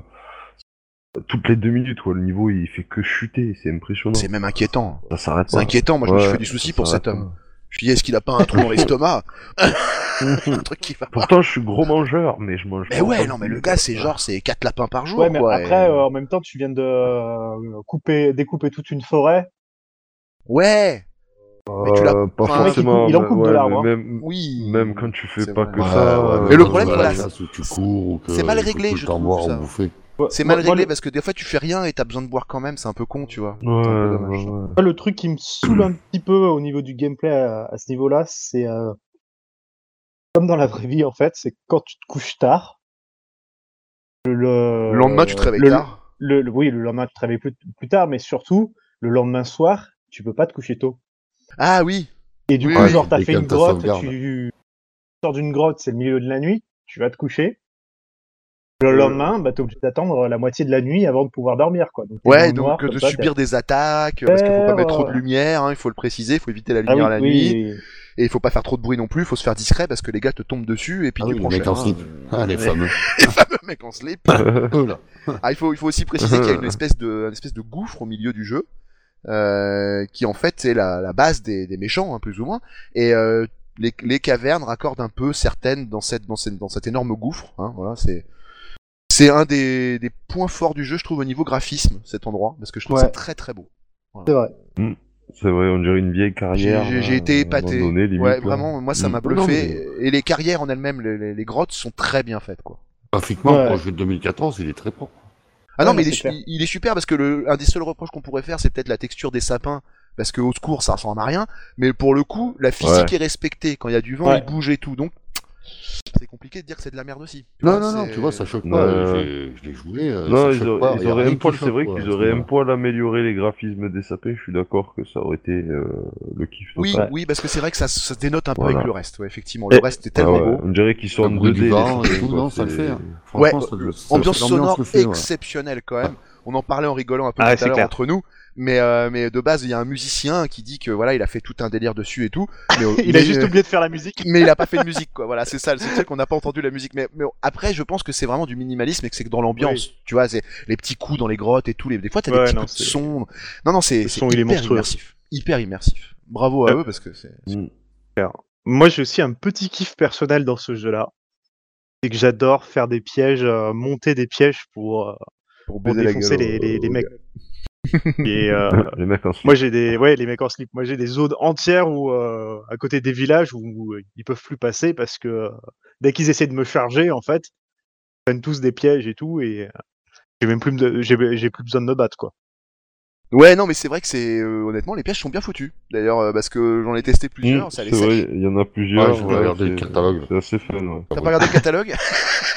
S10: Toutes les deux minutes, quoi, le niveau, il fait que chuter, c'est impressionnant.
S1: C'est même inquiétant. hein.
S10: Ça s'arrête
S1: C'est
S10: pas.
S1: inquiétant. Moi, je me suis
S10: Ouais,
S1: fait du souci
S10: ça
S1: pour
S10: s'arrête
S1: cet homme. Je dis, est-ce qu'il a pas un trou dans l'estomac Un truc qui va
S10: pas. Pourtant, je suis gros mangeur, mais je mange
S1: Mais
S10: pas
S1: ouais,
S10: autant
S1: non, mais
S10: que
S1: le
S10: lui,
S1: gars,
S10: quoi.
S1: c'est genre, c'est 4 lapins par jour.
S6: Ouais, mais
S1: quoi,
S6: après,
S1: et-
S6: euh, en même temps, tu viens de euh, couper, découper toute une forêt.
S1: Ouais mais tu l'as-
S10: Euh, pas
S1: enfin,
S10: forcément.
S6: il en
S10: mais-
S6: coupe de
S10: ouais,
S6: l'arbre,
S10: mais Même,
S1: Oui
S10: même quand tu fais
S1: hein. C'est
S10: pas
S1: vrai.
S10: que
S9: Ouais,
S10: ça.
S9: ouais,
S10: euh,
S1: Mais le
S9: dans
S1: problème,
S9: la
S1: voilà,
S9: chasse où tu cours ou que
S1: c'est mal
S9: il faut
S1: réglé,
S9: tout le
S1: je
S9: temps
S1: trouve,
S9: boire
S1: ça.
S9: ou bouffer.
S6: Ouais,
S1: C'est
S6: moi-
S1: mal
S6: moi,
S1: réglé
S6: le-
S1: parce que des fois tu fais rien et t'as besoin de boire quand même, c'est un peu con, tu vois. C'est un
S10: Ouais,
S1: peu
S10: ouais,
S1: dommage.
S10: ouais.
S6: Moi, le truc qui me saoule un petit peu au niveau du gameplay à, à ce niveau-là, c'est euh, comme dans la vraie vie en fait, c'est quand tu te couches tard. Le,
S1: Le lendemain, tu te réveilles
S6: le-
S1: tard.
S6: le- le- oui, le lendemain, tu te réveilles plus, plus tard, mais surtout, le lendemain soir, tu peux pas te coucher tôt.
S1: Ah oui
S6: Et du
S1: Oui,
S6: coup,
S1: oui.
S6: genre, t'as
S9: Et
S6: fait
S9: quand
S6: une
S9: t'as
S6: grotte,
S9: sauvegarde.
S6: tu sors d'une grotte, c'est le milieu de la nuit, tu vas te coucher.
S1: Euh.
S6: Le lendemain, bah, t'es obligé d'attendre la moitié de la nuit avant de pouvoir dormir, quoi. Donc, t'es dans
S1: Ouais,
S6: le
S1: donc
S6: noir,
S1: euh,
S6: comme
S1: de
S6: ça,
S1: subir des attaques, euh, parce qu'il faut
S6: Ouais,
S1: pas mettre
S6: ouais,
S1: trop de
S6: ouais.
S1: lumière, hein, il faut le préciser, il faut éviter la
S6: t'es- Ah
S1: lumière
S6: oui,
S1: la
S6: oui,
S1: nuit,
S6: oui, oui.
S1: et il faut pas faire trop de bruit non plus, il faut se faire discret parce que les gars te tombent dessus et puis
S9: Ah
S1: tu
S9: oui, le
S1: prends
S9: mec
S1: cher,
S9: en
S1: hein.
S9: slip. Ah, les
S1: Ouais.
S9: fameux.
S1: Le mec en slip.
S9: Eux, là.
S1: Ah, il faut, il faut aussi préciser qu'il y a une espèce de, une espèce de gouffre au milieu du jeu, euh, qui en fait c'est la, la base des, des méchants, hein, plus ou moins. Et euh, les, les cavernes raccordent un peu certaines dans cette, dans cette, dans cet énorme gouffre. Hein, voilà, c'est. C'est un des, des points forts du jeu, je trouve, au niveau graphisme, cet endroit, parce que je trouve
S6: Ouais.
S1: ça très très beau.
S6: C'est vrai.
S10: C'est vrai, on dirait une vieille
S1: J'ai
S10: carrière.
S1: j'ai- j'ai
S10: euh,
S1: été épaté.
S10: abandonnée, limite,
S1: ouais,
S10: là.
S1: vraiment, moi ça
S10: Mm.
S1: m'a
S10: Non,
S1: bluffé. Euh, Et les carrières en elles-mêmes, les, les- les grottes sont très bien faites, quoi.
S9: Graphiquement,
S6: Ouais.
S9: pour le jeu de 2014, il est très propre.
S1: Ah non,
S6: Ouais,
S1: mais il
S6: non,
S1: est,
S6: c'est
S1: su- il est super parce que le, un des seuls reproches qu'on pourrait faire, c'est peut-être la texture des sapins. Parce que au secours, ça ressemble à rien. Mais pour le coup, la physique est respectée. Quand il y a du vent,
S6: Ouais.
S1: il bouge et tout. Donc, c'est compliqué de dire que c'est de la merde aussi. Tu
S9: Non,
S1: vois,
S9: non, non,
S1: c'est-
S9: tu vois, ça choque
S10: Ouais,
S9: pas.
S10: ouais.
S9: j'ai- Je l'ai joué. euh,
S10: Non,
S9: ça
S10: ils,
S9: choque
S10: auraient-
S9: pas.
S10: ils
S9: Il y a
S10: auraient
S9: rien
S10: un
S9: qui
S10: poil, c'est
S9: choque,
S10: vrai
S9: quoi, à
S10: qu'ils
S9: ce
S10: auraient un
S9: moment-là.
S10: poil amélioré les graphismes des sapins, je suis d'accord que ça aurait été euh, le kiff.
S1: Oui,
S10: total.
S1: oui, parce que c'est vrai que ça se dénote un peu
S10: Voilà.
S1: avec le reste. Ouais, effectivement, le
S11: Et-
S1: reste est
S10: Ah
S1: tellement
S10: ouais,
S1: beau.
S10: On dirait qu'ils sont en
S9: Le bruit
S10: 2D.
S9: du
S10: les
S9: vent et
S10: trucs,
S9: tout,
S10: quoi,
S9: non, ça le
S10: c'est-
S9: fait. hein.
S1: Ouais,
S9: Franchement, ça- ça-
S1: Ambiance
S9: l'ambiance
S1: sonore
S9: le fait, ouais.
S1: exceptionnelle quand même. On en parlait en rigolant un peu
S11: Ah ouais,
S1: tout à
S11: c'est
S1: l'heure
S11: clair.
S1: entre nous. Mais, euh, mais de base, il y a un musicien qui dit que voilà, il a fait tout un délire dessus et tout. Mais,
S11: Il a
S1: mais,
S11: juste
S1: euh,
S11: oublié de faire la musique.
S1: mais il a pas fait de musique quoi voilà c'est ça c'est ça qu'on n'a pas entendu la musique mais, mais après je pense que c'est vraiment du minimalisme et que c'est que dans l'ambiance tu vois c'est les petits coups dans les grottes et tout les, des fois t'as des
S11: Ouais,
S1: petits
S11: non,
S1: coups de
S11: c'est-
S1: son non non c'est
S11: Le
S1: c'est
S11: son, il est
S1: hyper
S11: monstrueux.
S1: immersif hyper immersif bravo à
S11: Euh,
S1: eux parce que c'est
S10: Mm.
S11: Moi, j'ai aussi un petit kiff personnel dans ce jeu-là. C'est que j'adore faire des pièges, euh, monter des pièges pour, euh, pour
S1: pour baiser la
S11: défoncer
S1: gueule euh,
S11: les, les, les
S1: aux-
S11: mecs. Et euh,
S10: Les mecs en slip.
S11: moi, j'ai des, ouais, les mecs en slip. Moi, j'ai des zones entières où, euh, à côté des villages où euh, ils peuvent plus passer parce que euh, dès qu'ils essaient de me charger, en fait, ils prennent tous des pièges et tout, et euh, j'ai même plus, me- j'ai j'ai plus besoin de me battre, quoi.
S1: ouais non mais c'est vrai que c'est euh, honnêtement les pièges sont bien foutus d'ailleurs euh, parce que j'en ai testé plusieurs
S10: Mmh,
S1: ça
S10: c'est
S1: les sec.
S10: vrai, il y en a plusieurs.
S9: Ouais, je vais regarder le
S10: c'est-
S9: catalogue.
S10: C'est assez fun, ouais.
S1: t'as pas regardé le catalogue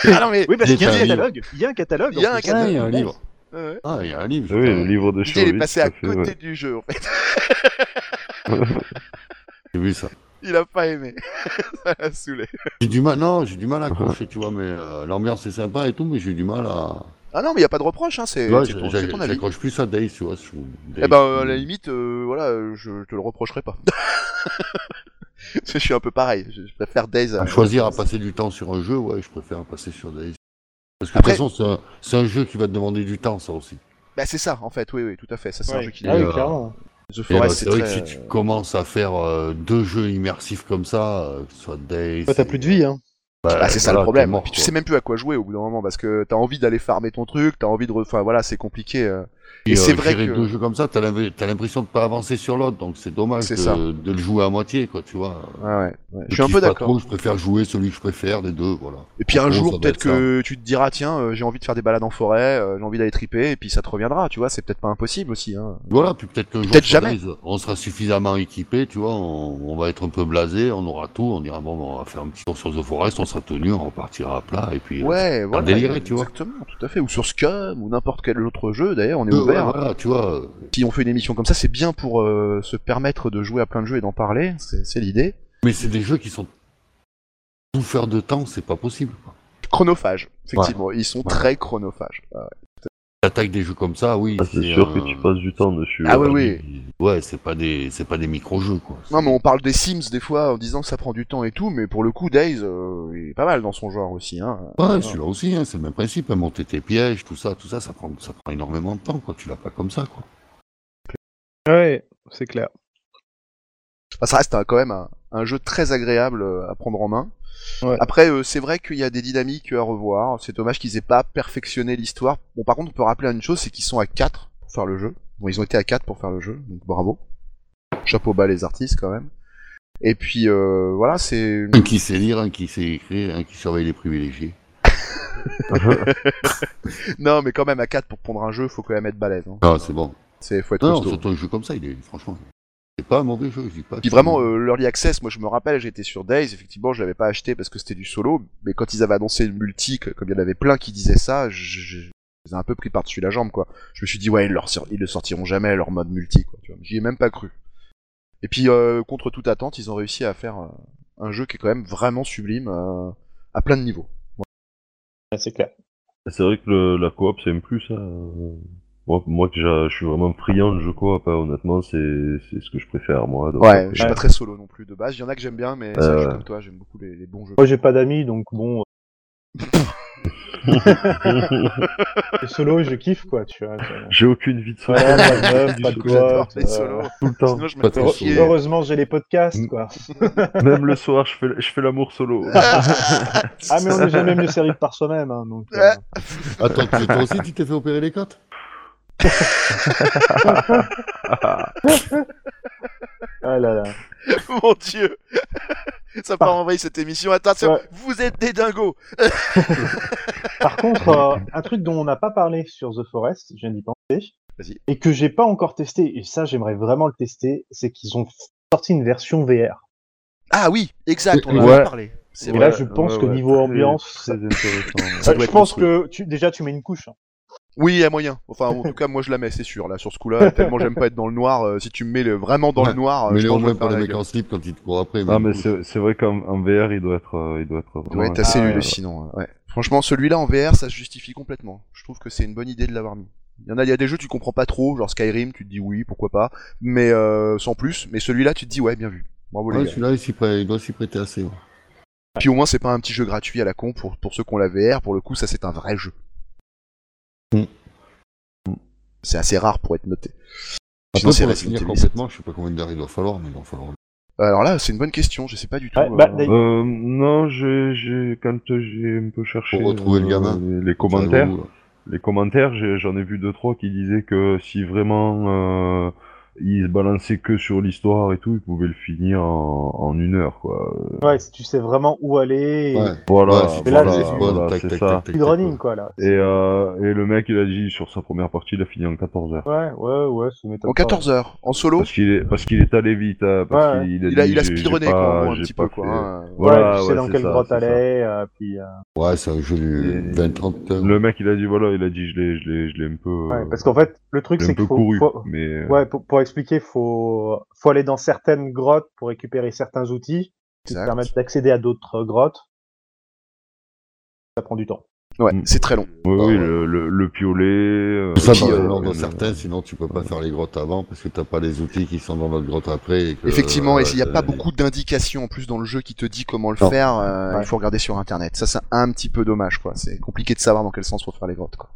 S1: ah non mais
S11: Oui, parce
S9: J'ai
S11: qu'il y a un
S9: fait un livre.
S11: catalogue. Il y a un catalogue.
S1: Il y a
S11: en
S1: un
S11: plus.
S1: catalogue.
S9: Ah, il y a un livre.
S1: euh,
S9: Ah, il y a un livre.
S10: Oui, le
S9: putain.
S10: livre de
S1: l'idée, il
S10: Chirvy,
S1: est passé
S10: tout
S1: à
S10: fait,
S1: côté
S10: ouais.
S1: du jeu en fait
S9: J'ai vu ça.
S1: il a pas aimé ça l'a saoulé
S9: J'ai du mal, non, j'ai du mal à accrocher, tu vois, mais euh, l'ambiance est sympa et tout, mais j'ai eu du mal à.
S1: ah non mais y a pas de reproche hein c'est
S9: Tu vois,
S1: c'est ton, c'est
S9: j'ai-
S1: ton avis
S9: j'accroche plus à Days, tu vois. sur Days.
S1: Eh ben, euh, à la limite, euh, voilà, euh, je te le reprocherai pas. Parce que je suis un peu pareil. Je, je préfère Days. à-
S9: À choisir à passer du temps sur un jeu, ouais, je préfère passer sur Days. Parce que
S1: Après-
S9: de toute façon, c'est un- c'est un, jeu qui va te demander du temps, ça aussi.
S1: Bah, c'est ça, en fait. Oui, oui, tout à fait. Ça, c'est un
S6: Ouais.
S1: jeu qui.
S6: Ah oui,
S9: euh,
S6: clairement.
S1: The
S9: Et, euh,
S1: Forest,
S9: c'est
S1: c'est
S9: vrai
S1: très.
S9: que si tu commences à faire euh, deux jeux immersifs comme ça, euh, que ce soit Days.
S6: Toi, t'as plus de vie, hein.
S9: Bah,
S1: Bah, c'est ça le
S9: voilà,
S1: problème.
S9: t'es mort,
S1: Puis tu
S9: quoi.
S1: sais même plus à quoi jouer au bout d'un moment parce que t'as envie d'aller farmer ton truc, t'as envie de, re- enfin voilà, c'est compliqué. euh. Et c'est vrai
S9: gérer
S1: que-
S9: deux jeux comme ça, t'as l'im- t'as l'impression de pas avancer sur l'autre, donc c'est dommage
S1: C'est
S9: de,
S1: ça.
S9: de le jouer à moitié, quoi, tu vois.
S1: Ah ouais, Je suis un
S9: kiffe
S1: peu
S9: pas
S1: d'accord.
S9: trop, Je préfère jouer celui que je préfère, les deux, voilà.
S1: Et puis un
S9: En gros, ça
S1: jour,
S9: doit
S1: peut-être
S9: être ça.
S1: que tu te diras, tiens, euh, j'ai envie de faire des balades en forêt, euh, j'ai envie d'aller triper, et puis ça te reviendra, tu vois, c'est peut-être pas impossible aussi. Hein.
S9: Voilà, puis peut-être qu'un jour,
S1: Peut-être
S9: sur
S1: jamais.
S9: Days, on sera suffisamment équipé, tu vois, on, on va être un peu blasé, on aura tout, on dira, bon, bon, on va faire un petit tour sur The Forest, on sera tenu, on repartira à plat, et puis...
S1: Ouais,
S9: euh,
S1: voilà.
S9: délirer, tu vois.
S1: Exactement, tout à fait. Ou sur Scum, ou n'importe quel autre jeu, d'ailleurs, on est
S9: euh, Ouais,
S1: ouvert.
S9: voilà, tu vois.
S1: Si on fait une émission comme ça, c'est bien pour euh, se permettre de jouer à plein de jeux et d'en parler, c'est c'est l'idée.
S9: Mais c'est des jeux qui sont... Tout faire de temps, c'est pas possible, quoi.
S1: Chronophages, effectivement, ils sont très chronophages. Ah ouais.
S9: T'attaques des jeux comme ça, oui.
S10: Ah, c'est sûr que tu passes du temps dessus.
S1: Ah
S9: ouais,
S1: oui,
S9: Ouais, c'est pas des, c'est pas des micro-jeux, quoi.
S1: Non, mais on parle des Sims des fois en disant que ça prend du temps et tout, mais pour le coup, Days, euh, il est pas mal dans son genre aussi. Hein.
S9: Ouais, celui-là aussi, hein, c'est le même principe, hein, monter tes pièges, tout ça, tout ça, ça prend, ça prend énormément de temps, quoi. Tu l'as pas comme ça, quoi.
S11: Ouais, c'est clair.
S1: Enfin, ça reste hein, quand même un, un jeu très agréable euh, à prendre en main.
S11: Ouais.
S1: Après, euh, c'est vrai qu'il y a des dynamiques à revoir. C'est dommage qu'ils aient pas perfectionné l'histoire. Bon, par contre, on peut rappeler une chose, c'est qu'ils sont à 4 pour faire le jeu. Bon, ils ont été à 4 pour faire le jeu, donc bravo. Chapeau bas les artistes quand même. Et puis euh, voilà, c'est
S9: Un qui sait lire, un qui sait écrire, un qui surveille les privilégiés.
S1: non, mais quand même à 4 pour prendre un jeu, faut quand même être balèze. Hein.
S9: Ah, c'est bon.
S1: C'est faut être
S9: Non,
S1: costaud.
S9: surtout un jeu comme ça, il est, franchement, c'est pas un mauvais jeu, je dis pas.
S1: Puis vraiment, euh, l'early access, moi je me rappelle, j'étais sur Days, effectivement, je l'avais pas acheté parce que c'était du solo, mais quand ils avaient annoncé le multi, que- comme il y en avait plein qui disaient ça, je, je- je les ai un peu pris par-dessus la jambe, quoi. Je me suis dit, ouais, ils, leur sor- ils le sortiront jamais, leur mode multi, quoi. tu vois. J'y ai même pas cru. Et puis, euh, contre toute attente, ils ont réussi à faire euh, un jeu qui est quand même vraiment sublime, euh, à plein de niveaux.
S6: c'est clair.
S10: C'est vrai que le- la coop, c'est un plus. hein. Moi, moi que j'a- je suis vraiment friand de jeux coop, hein, honnêtement, c'est c'est ce que je préfère, moi. donc,
S1: Ouais,
S10: après,
S1: euh, je suis pas très solo non plus de base, il y en a que j'aime bien, mais ça, je suis
S10: Euh.
S1: comme toi, j'aime beaucoup les, les bons jeux.
S7: Oh,
S6: Moi, j'ai pas d'amis, donc bon. Les solos, euh, je kiffe, quoi, tu vois.
S10: J'ai aucune vie de
S6: Ouais,
S10: solitaire,
S6: pas de meuf,
S10: du
S6: pas de
S10: solo.
S6: quoi.
S1: les solos.
S10: Tout le temps.
S1: Sinon, je me
S9: Pas
S1: fais
S9: trop
S1: chier.
S6: Heureusement, j'ai les podcasts, quoi.
S10: Même le soir, je fais, je fais l'amour solo.
S6: Ah, mais on n'est jamais mieux servi que par soi-même, hein, donc. euh,
S9: Attends, tu- toi aussi, tu t'es fait opérer les côtes
S6: Ah là là.
S1: Mon dieu Ça part en vrille cette émission. Attention,
S6: Ah. Ouais.
S1: vous êtes des dingos
S6: Par contre, euh, un truc dont on n'a pas parlé sur The Forest, je viens d'y penser,
S1: Vas-y.
S6: et que j'ai pas encore testé, et ça j'aimerais vraiment le tester, c'est qu'ils ont sorti une version VR.
S1: Ah oui, exact, on en
S10: Ouais.
S1: a parlé.
S6: Et
S1: C'est
S6: là,
S1: vrai.
S6: je pense que niveau
S10: Très-
S6: ambiance,
S10: très intéressant.
S1: Ça
S6: Euh,
S1: doit
S6: je
S1: être
S6: pense
S1: construit.
S6: que tu, déjà tu mets une couche. hein.
S1: Oui, à moyen. Enfin, en tout cas, moi je la mets, c'est sûr. Là, sur ce coup-là, tellement j'aime pas être dans le noir. euh, si tu me mets le- vraiment dans le
S9: Ouais.
S1: noir, euh,
S9: Mais
S1: je
S9: les
S1: pense
S9: au
S1: que je vais
S9: moins
S1: me faire
S9: pour les
S1: la
S9: mecs
S1: gueule.
S9: en slip quand ils te courent après.
S10: Ah,
S9: du
S10: mais
S9: coup,
S10: c'est c'est vrai qu'en en VR, il doit être, euh, il doit être
S1: Ça doit
S10: vraiment-
S1: être assez
S6: Ah ouais.
S1: hallucinant. ouais. Ouais. Franchement, celui-là en VR, ça se justifie complètement. Je trouve que c'est une bonne idée de l'avoir mis. Il y en a, il y a des jeux tu comprends pas trop, genre Skyrim, tu te dis oui, pourquoi pas, mais euh, sans plus. Mais celui-là, tu te dis ouais, bien vu. Bravo les
S9: Ouais,
S1: gars.
S9: celui-là, il, s'y prête- il doit s'y prêter assez. ouais.
S1: Puis au moins, c'est pas un petit jeu gratuit à la con pour, pour ceux qui ont la VR. Pour le coup, ça, c'est un vrai jeu.
S9: Mm.
S1: C'est assez rare pour être noté. Sinon,
S9: Après,
S1: c'est
S9: pour le
S1: Resident
S9: finir
S1: Evil.
S9: complètement, je sais pas combien d'heures il doit falloir, mais il doit falloir.
S1: Alors là, c'est une bonne question. Je sais pas du tout.
S6: Ouais,
S1: euh,
S6: bah, d'ailleurs,
S10: Euh, non, j'ai, j'ai, quand j'ai un peu cherché euh,
S9: Pour retrouver le gamin.
S10: les, les commentaires,
S9: Ça va où, là
S10: les commentaires, j'ai- j'en ai vu deux trois qui disaient que si vraiment euh, ils se balançaient que sur l'histoire et tout, ils pouvaient le finir en, en une heure, quoi.
S6: ouais, si tu sais vraiment où aller, et
S9: Ouais.
S10: Voilà,
S9: Ouais, si
S6: mais là,
S10: voilà,
S9: tu
S6: c'est-
S9: vois,
S10: voilà,
S9: tac,
S10: c'est
S9: tac,
S10: ça.
S9: tac, tac, tac,
S6: speedrunning quoi là.
S10: Et, euh, et le mec, il a dit sur sa première partie, il a fini en 14 heures.
S6: Ouais, ouais, ouais, ça m'étonne
S1: En
S6: pas.
S1: 14 heures, en solo,
S10: Parce qu'il est, parce qu'il est allé vite, hein, parce
S6: Ouais.
S10: qu'il a
S1: il a,
S10: dit,
S1: il a
S10: j'ai- j'ai
S1: speedrunné
S10: pas-
S1: quoi, en gros, un
S10: j'ai
S1: petit
S10: pas
S1: peu quoi.
S10: fait.
S1: hein.
S6: Ouais,
S10: Voilà,
S6: tu sais
S10: ouais,
S6: dans
S10: c'est
S6: quelle
S10: ça,
S6: grotte
S10: c'est ça.
S6: aller, euh, puis. euh,
S9: Ouais, c'est un jeu du
S10: Et-
S9: 20-30 heures.
S10: Le mec, il a dit, voilà, il a dit, je l'ai, je l'ai, je l'ai un peu,
S6: ouais, parce qu'en fait, le
S10: je
S6: truc
S10: l'ai
S6: c'est
S10: un peu
S6: qu'il faut.
S10: couru,
S6: faut-
S10: mais.
S6: Ouais, pour, pour expliquer, faut, faut aller dans certaines grottes pour récupérer certains outils qui te
S1: Exact.
S6: permettent d'accéder à d'autres euh, grottes. Ça prend du temps.
S1: Ouais,
S10: Mm.
S1: c'est très long.
S10: Oui,
S9: Ah ouais.
S10: oui, le, le, le piolet. euh,
S9: Tout ça
S1: Puis,
S9: dans
S1: euh,
S9: un ordre
S10: le-
S9: certain, sinon tu peux pas faire les grottes avant parce que t'as pas les outils qui sont dans notre grotte après. et que,
S1: Effectivement,
S9: euh,
S1: et il n'y a pas
S9: t'as-
S1: beaucoup d'indications en plus dans le jeu qui te dit comment le
S9: Non.
S1: faire. euh,
S6: Ouais.
S1: Il faut regarder sur internet. Ça, c'est un petit peu dommage quoi. C'est compliqué de savoir dans quel sens faut faire les grottes quoi.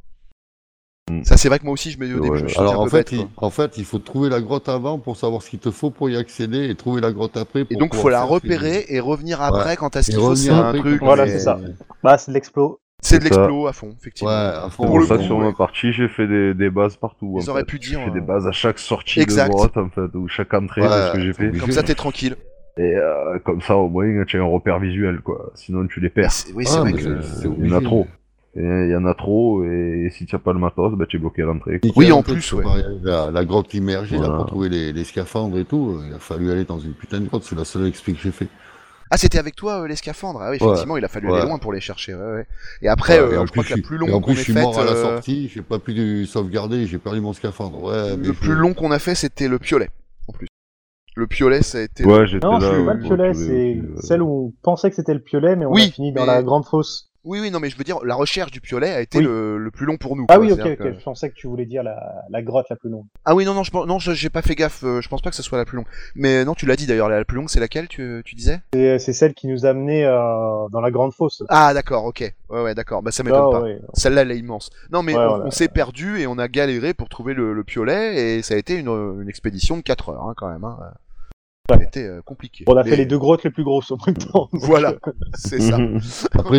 S10: Mm.
S1: Ça, c'est vrai que moi aussi, je me dis au début,
S10: Ouais.
S1: je me suis dit
S9: Alors
S1: un
S9: en
S1: peu
S9: fait,
S1: bête,
S9: il,
S1: quoi.
S9: en fait, il faut trouver la grotte avant pour savoir ce qu'il te faut pour y accéder et trouver la grotte après. Pour
S1: Et donc,
S9: pouvoir
S1: faut la
S9: faire
S1: repérer et revenir après quand t'as ce
S9: Et
S1: qu'il faut. C'est
S9: revenir
S1: un
S9: après,
S1: truc.
S9: quand
S6: Voilà,
S1: mais-
S6: c'est ça. Bah, c'est de l'explo.
S1: C'est de
S10: C'est ça.
S1: l'explo à fond, effectivement.
S9: Ouais, à fond.
S10: C'est
S1: Pour
S10: pour
S1: le
S10: ça
S1: coup,
S10: que sur
S1: ouais.
S10: ma partie, j'ai fait des, des bases partout. en
S1: Ils auraient
S10: fait.
S1: pu
S10: J'ai
S1: dire,
S10: fait
S1: euh,
S10: des bases à chaque sortie
S1: Exact.
S10: de grotte, en fait, ou chaque entrée
S9: Ouais,
S10: de ce que j'ai fait.
S1: Comme ça, t'es tranquille.
S10: Et euh, comme ça, au moins, tu as un repère visuel, quoi. Sinon, tu les
S1: Ah,
S10: perds.
S1: c'est- Oui, c'est
S9: Ah,
S1: vrai
S9: mais
S1: que...
S9: c'est-
S10: Euh,
S9: c'est
S10: Il y en a
S9: obligé.
S10: trop. Et Il y en a trop, et si tu n'as pas le matos, bah, tu es bloqué à l'entrée. quoi.
S1: Oui, en
S9: Un peu,
S1: plus,
S9: faut
S1: ouais.
S9: pas y arriver. La, la grotte immergée,
S10: Voilà.
S9: là, pour trouver les, les scaphandres et tout, euh, il a fallu aller dans une putain de grotte, c'est la seule explique que j'ai fait.
S1: Ah, c'était avec toi, euh, les scaphandres. Ah oui, effectivement, il a fallu aller
S9: Ouais.
S1: loin pour les chercher. ouais, ouais. Et après,
S9: Ouais, et
S1: euh,
S9: en
S1: je crois que la
S9: plus, je-
S1: plus
S9: et
S1: longue
S9: en
S1: qu'on
S9: plus,
S1: ait
S9: je suis
S1: faite...
S9: mort à la
S1: euh,
S9: sortie, j'ai pas pu du- sauvegarder, j'ai perdu mon scaphandre. Ouais, mais
S1: Le
S9: je-
S1: plus long qu'on a fait, c'était le piolet, en plus. Le piolet, ça a été...
S10: Ouais, j'étais
S6: Non,
S10: là.
S6: c'est
S10: ouais,
S6: pas le piolet,
S10: donc, euh,
S6: c'est
S10: tu- euh,
S6: celle où on pensait que c'était le piolet, mais on
S1: Oui,
S6: a fini dans
S1: mais-
S6: la grande fosse.
S1: Oui, oui, non, mais je veux dire, la recherche du piolet a été
S6: Oui.
S1: le, le plus long pour nous.
S6: Ah
S1: quoi.
S6: oui, ok,
S1: C'est-à-dire
S6: ok,
S1: que-
S6: je pensais que tu voulais dire la, la grotte la plus longue.
S1: Ah oui, non, non, je pense- non, je- j'ai pas fait gaffe. euh, Je pense pas que ce soit la plus longue. Mais non, tu l'as dit d'ailleurs, la plus longue, c'est laquelle tu, tu disais
S6: C'est c'est celle qui nous a amenés euh, dans la grande fosse.
S1: Ah, d'accord, ok. Ouais, ouais, d'accord. Bah, ça
S6: Là,
S1: m'étonne pas.
S6: ouais.
S1: Celle-là, elle est immense. Non, mais
S6: Ouais,
S1: on,
S6: ouais.
S1: on s'est perdu et on a galéré pour trouver le, le piolet et ça a été une, une expédition de 4 heures, hein, quand même. Hein.
S6: Ouais.
S1: C'était euh, compliqué.
S6: On a fait
S1: Mais
S6: les deux grottes les plus grosses en même temps. donc,
S1: Voilà.
S6: euh,
S1: C'est ça.
S10: Mhm.
S9: Après,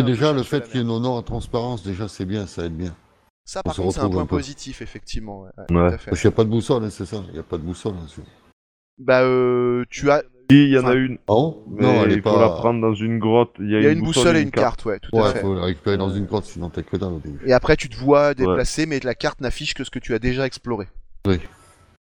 S1: On a un
S9: déjà,
S1: peu cherché la
S9: le fait qu'il y ait une honor à transparence, déjà, c'est bien, ça aide bien.
S1: Ça,
S9: On
S1: par
S9: se
S1: contre, c'est un
S9: retrouve
S1: point
S9: un peu.
S1: positif, effectivement. ouais, ouais,
S10: Ouais.
S1: tout à fait.
S9: Parce qu'il n'y a pas de boussole, hein, c'est ça. Il n'y a pas de boussole. hein, sur-
S1: Bah, euh, tu as.
S10: Si, il y en
S1: Enfin,
S10: a une.
S9: Ah bon
S10: Mais
S9: Non, elle est
S10: il faut
S9: pas.
S10: la prendre dans une grotte. Il y a,
S1: Il y a une boussole et une
S10: carte.
S1: carte, ouais, tout à
S9: Ouais,
S1: fait.
S9: faut la récupérer dans une grotte, sinon t'as que dalle au début.
S1: Et après, tu te vois déplacer, mais la carte n'affiche que ce que tu as déjà exploré.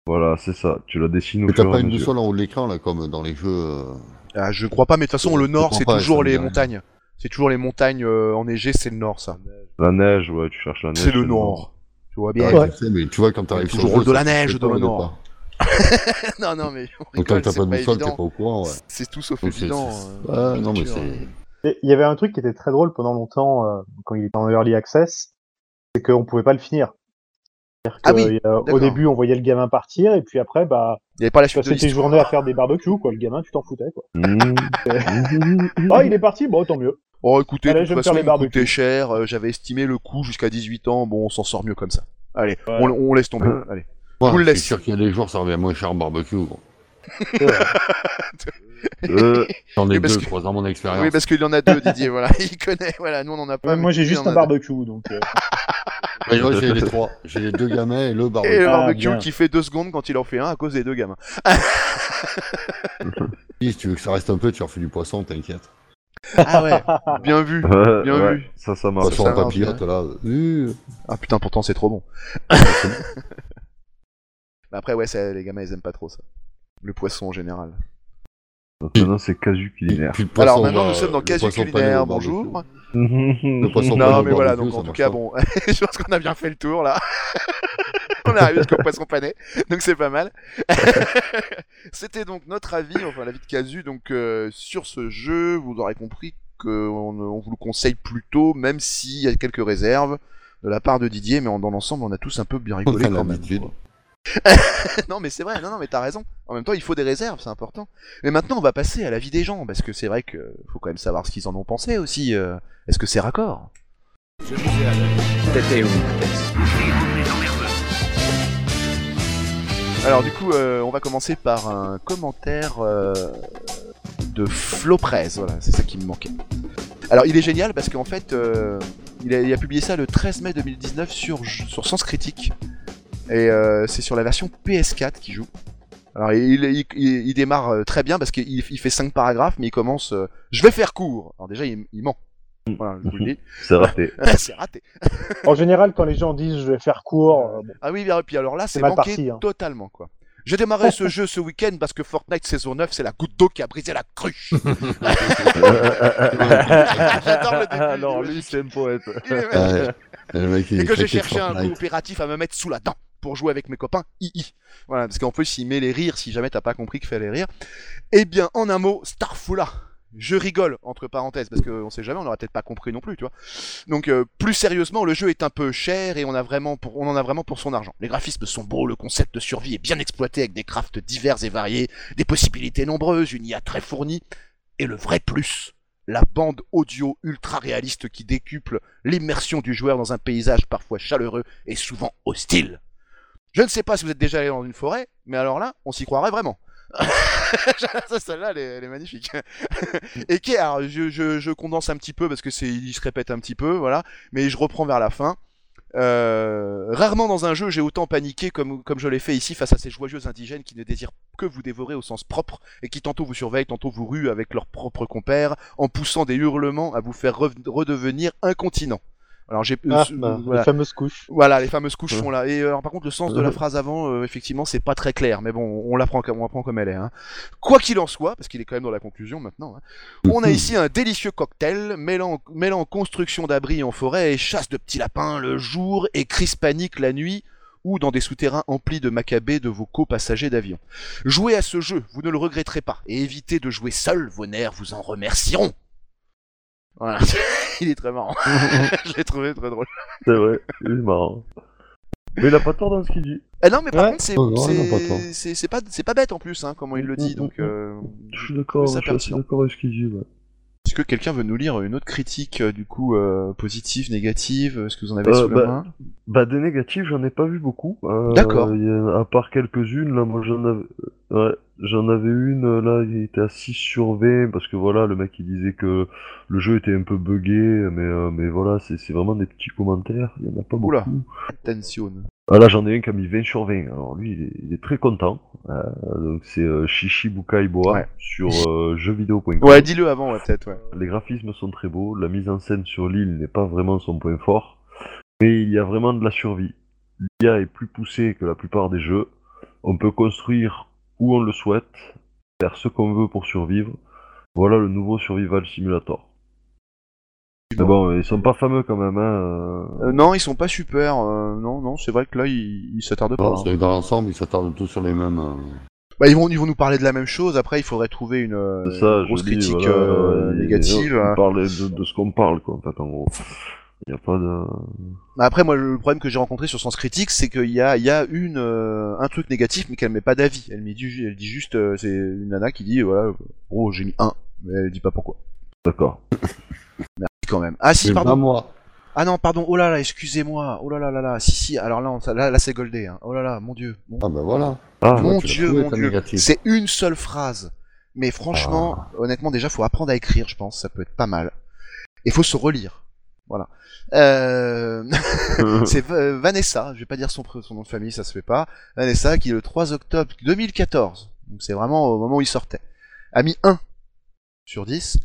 S10: Voilà, c'est ça. Tu la dessines au
S9: Mais
S10: fur
S9: t'as
S10: et
S9: pas
S10: à
S9: une
S10: mesure.
S9: boussole en haut de l'écran, là, comme dans les jeux. euh,
S1: Ah, je crois pas, mais de toute façon, le
S9: Je
S1: nord,
S9: comprends
S1: c'est
S9: pas, ça
S1: toujours
S9: me dit
S1: les
S9: rien.
S1: montagnes. C'est toujours les montagnes euh, enneigées, c'est le nord, ça.
S10: La neige, ouais, tu cherches la neige.
S1: C'est le nord. Tu vois bien.
S9: Ouais, je sais, mais tu vois, quand t'arrives sur
S1: Toujours
S9: le
S1: de
S9: jeu,
S1: la
S9: ça, tu
S1: neige
S9: sais
S1: dans
S9: pas
S1: le
S9: au
S1: nord.
S9: départ.
S1: non, non, mais on
S9: Donc, quand
S1: rigole,
S9: t'as
S1: c'est
S9: pas de
S1: pas
S9: boussole, t'es
S1: évident.
S9: pas au courant, ouais.
S1: C'est tout sauf
S9: Donc, c'est-
S1: évident.
S9: c'est-
S1: euh,
S9: Ah, non, mais
S1: culture,
S9: c'est.
S6: Et Il y avait un truc qui était très drôle pendant longtemps, euh, quand il était en early access, c'est qu'on pouvait pas le finir. C'est-à-dire
S1: Ah
S6: que,
S1: oui,
S6: euh,
S1: d'accord.
S6: au début, on voyait le gamin partir, et puis après, bah,
S1: Il n'y avait pas la
S6: tu
S1: suite de
S6: passais tes
S1: l'histoire.
S6: journées à faire des barbecues, quoi. Le gamin, tu t'en foutais, quoi.
S10: Mhm. Mmh.
S6: Ah, il est parti, bon, tant mieux.
S1: Oh, écoutez,
S6: Allez,
S1: de
S6: je vais
S1: toute
S6: me faire
S1: façon,
S6: les
S1: il me coûtait
S6: barbecues.
S1: cher. euh, J'avais estimé le coût jusqu'à 18 ans. Bon, on s'en sort mieux comme ça. Allez,
S5: Ouais.
S1: on, on laisse tomber.
S10: Euh.
S1: Allez.
S9: Ouais,
S1: Tout le
S9: c'est
S1: laisse.
S9: sûr qu'il y a des jours, ça revient moins cher en barbecue. gros.
S10: Euh,
S9: J'en
S1: Oui,
S9: ai
S1: parce
S9: deux,
S1: que-
S9: trois ans mon expérience.
S1: Oui, parce qu'il y en a deux, Didier. voilà, il connaît. Voilà, nous on en a pas. mais
S6: Moi, j'ai
S1: lui, il
S6: juste
S1: en
S6: un
S1: a
S6: barbecue, donc. euh,
S9: Mais ouais, j'ai les trois. J'ai les deux gamins et le
S1: deux. Et
S9: barbecue.
S1: le
S6: Ah,
S1: barbecue
S6: bien.
S1: qui fait deux secondes quand il en fait un à cause des deux gamins.
S9: Si tu veux que ça reste un peu, tu refais du poisson, t'inquiète.
S1: Ah ouais, bien vu.
S10: euh,
S1: Bien
S10: ouais,
S1: vu.
S10: Ça, ça marche.
S9: Poisson
S1: ça
S9: en
S1: marche,
S9: papillote, là. euh,
S1: Ah putain, pourtant c'est trop bon. Mais Après, ouais, ça, les gamins ils aiment pas trop ça. Le poisson en général.
S10: Maintenant, c'est casu qui
S9: puis-
S10: l'énerve.
S9: puis le poisson,
S1: Alors maintenant,
S9: bah,
S1: nous sommes dans
S9: le
S1: Casu
S9: poisson pané au
S1: Culinaire,
S9: barbecue.
S1: bonjour.
S9: Le poisson pané
S1: Non,
S9: au
S1: mais voilà,
S9: barbecue,
S1: donc
S9: ça
S1: en tout
S9: marche
S1: cas,
S9: pas.
S1: bon, je pense qu'on a bien fait le tour là. on est arrivé jusqu'au poisson pané, donc c'est pas mal. C'était donc notre avis, enfin l'avis de Casu, donc euh, sur ce jeu, vous aurez compris qu'on on vous le conseille plutôt, même s'il y a quelques réserves de la part de Didier, mais en- dans l'ensemble, on a tous un peu bien rigolé
S9: On a
S1: quand même.
S9: l'habitude.
S1: quoi. non, mais c'est vrai, non, non, mais t'as raison. En même temps, il faut des réserves, c'est important. Mais maintenant, on va passer à l'avis des gens, parce que c'est vrai que faut quand même savoir ce qu'ils en ont pensé aussi. euh, Est-ce que c'est raccord
S4: Je vous ai avalé.
S2: T'étais où
S1: Alors, du coup, euh, on va commencer par un commentaire euh, de Floprez, voilà, c'est ça qui me manquait. Alors, il est génial parce qu'en fait, euh, il, a, il a publié ça le 13 mai 2019 sur, sur Sens Critique. Et euh, c'est sur la version PS4 qui joue. Alors, il, il- il- il démarre euh, très bien parce qu'il il fait 5 paragraphes, mais il commence euh, Je vais faire court Alors, déjà, il, il ment. Voilà, je vous le dis. Ah,
S10: C'est raté.
S1: c'est raté.
S6: En général, quand les gens disent je vais faire court, euh, bon,
S1: Ah oui, et puis alors là, c'est
S6: mal
S1: manqué
S6: parti, hein.
S1: totalement, quoi. J'ai démarré ce jeu ce week-end parce que Fortnite saison 9, c'est la goutte d'eau qui a brisé la cruche. J'adore le début.
S10: Alors,
S1: du
S10: lui,
S1: mec.
S10: c'est un poète.
S1: Il est magnifique.
S9: Ouais, le mec, il
S1: Et
S9: est
S1: que j'ai
S9: craqué
S1: cherché un
S9: Fortnite.
S1: coopératif à me mettre sous la dent pour jouer avec mes copains. II. Voilà, parce qu'en plus, il met les rires si jamais t'as pas compris qu'il fallait rire. Eh bien, en un mot, Starfula. Je rigole, entre parenthèses, parce qu'on sait jamais, on n'aura peut-être pas compris non plus, tu vois. Donc, euh, plus sérieusement, le jeu est un peu cher et on, a vraiment pour, on en a vraiment pour son argent. Les graphismes sont beaux, le concept de survie est bien exploité avec des crafts divers et variés, des possibilités nombreuses, une IA très fournie. Et le vrai plus, la bande audio ultra réaliste qui décuple l'immersion du joueur dans un paysage parfois chaleureux et souvent hostile. Je ne sais pas si vous êtes déjà allé dans une forêt, mais alors là, on s'y croirait vraiment. Ça, Celle-là, elle est, elle est magnifique. et qui, alors, je, je- je condense un petit peu parce que c'est, il se répète un petit peu, voilà. Mais je reprends vers la fin. Euh, rarement dans un jeu j'ai autant paniqué comme, comme je l'ai fait ici face à ces joyeux indigènes qui ne désirent que vous dévorer au sens propre et qui tantôt vous surveillent, tantôt vous ruent avec leurs propres compères en poussant des hurlements à vous faire rev- redevenir incontinent. Alors j'ai euh,
S7: Ah,
S1: ce-
S7: bah,
S1: voilà.
S7: Les fameuses couches.
S1: Voilà, les fameuses couches
S7: Ouais.
S1: sont là. Et euh, alors, par contre, le sens de la
S7: Ouais.
S1: phrase avant, euh, effectivement, c'est pas très clair. Mais bon, on la prend comme, on la prend comme elle est. hein. Quoi qu'il en soit, parce qu'il est quand même dans la conclusion maintenant, hein, on
S7: Mhm.
S1: a ici un délicieux cocktail mêlant, mêlant construction d'abris en forêt et chasse de petits lapins le jour et crise panique la nuit ou dans des souterrains emplis de macabées de vos copassagers d'avion. Jouez à ce jeu, vous ne le regretterez pas, et évitez de jouer seul, vos nerfs vous en remercieront. Voilà, il est très marrant. Je l'ai trouvé très drôle.
S10: C'est vrai, c'est marrant. Mais il a pas tort dans ce qu'il dit.
S1: Ah non, mais par
S10: Ouais.
S1: contre, c'est,
S10: Oh, non,
S1: c'est-
S10: non, pas toi. Mm,
S1: c'est, c'est pas, c'est pas bête en plus, hein, comment il le dit. Donc, euh,
S10: Je suis d'accord,
S1: je trouve
S10: je
S1: ça
S10: suis assez
S1: pertinent.
S10: d'accord avec ce qu'il dit. ouais.
S1: Est-ce que quelqu'un veut nous lire une autre critique, euh, du coup, euh, positive, négative Est-ce que vous en avez
S10: Euh,
S1: sous la
S10: bah,
S1: main
S10: bah, des négatifs, j'en ai pas vu beaucoup. Euh,
S1: D'accord.
S10: il y a- À part quelques-unes, là, moi j'en avais... ouais, j'en avais une, euh, là, il était à 6 sur 20, parce que voilà, le mec il disait que le jeu était un peu buggé, mais, euh, mais voilà, c'est c'est vraiment des petits commentaires, il y en a pas beaucoup.
S1: Oula, attention.
S10: Ah, là, j'en ai un qui a mis 20 sur 20. Alors lui, il est, il est très content. Euh, donc c'est euh, Shishi Bukai Boa sur euh, jeuxvideo.com.
S1: Ouais, dis-le avant, ouais, peut-être, ouais.
S10: Les graphismes sont très beaux, la mise en scène sur l'île n'est pas vraiment son point fort, mais il y a vraiment de la survie. L'IA est plus poussée que la plupart des jeux. On peut construire où on le souhaite, faire ce qu'on veut pour survivre. Voilà le nouveau Survival Simulator. Mais bon, ils sont pas fameux quand même. Hein. euh.
S1: Euh, non, ils sont pas super. euh, non, non, c'est vrai que là, ils, ils s'attardent pas. hein.
S9: Non, c'est- Dans l'ensemble, ils s'attardent tous sur les mêmes. euh,
S1: Bah, ils, vont, ils vont nous parler de la même chose. Après, il faudrait trouver une, euh,
S10: C'est ça,
S1: une grosse
S10: je dis,
S1: critique
S10: voilà,
S1: euh,
S10: ouais,
S1: négative.
S10: on
S1: hein.
S10: parle de, de ce qu'on parle, quoi, en fait, en gros. Il n'y a pas de.
S1: Bah, Après, moi, le problème que j'ai rencontré sur Sens Critique, c'est qu'il y a, il y a une, euh, un truc négatif, mais qu'elle met pas d'avis. Elle, met du- elle dit juste, euh, c'est une nana qui dit, voilà, gros, j'ai mis un, mais elle dit pas pourquoi.
S10: D'accord.
S1: Merci quand même. Ah si,
S9: Mais
S1: pardon.
S9: pas moi.
S1: Ah non, pardon, oh là là, excusez-moi, oh là là là là, si si, alors là, on- là, là, c'est goldé, hein. oh là là, mon dieu. Mon...
S9: Ah bah voilà.
S10: Ah,
S1: mon
S9: ouais, tu l'as
S1: dieu,
S9: trouvé,
S1: mon
S9: ta
S1: dieu,
S9: négative.
S1: c'est une seule phrase. Mais franchement,
S9: Ah.
S1: honnêtement, déjà, faut apprendre à écrire, je pense, ça peut être pas mal. Et faut se relire. Voilà. Euh... c'est Va- euh, Vanessa, je vais pas dire son, pr- son nom de famille, ça se fait pas. Vanessa, qui le 3 octobre 2014, donc c'est vraiment au moment où il sortait, a mis 1 sur 10.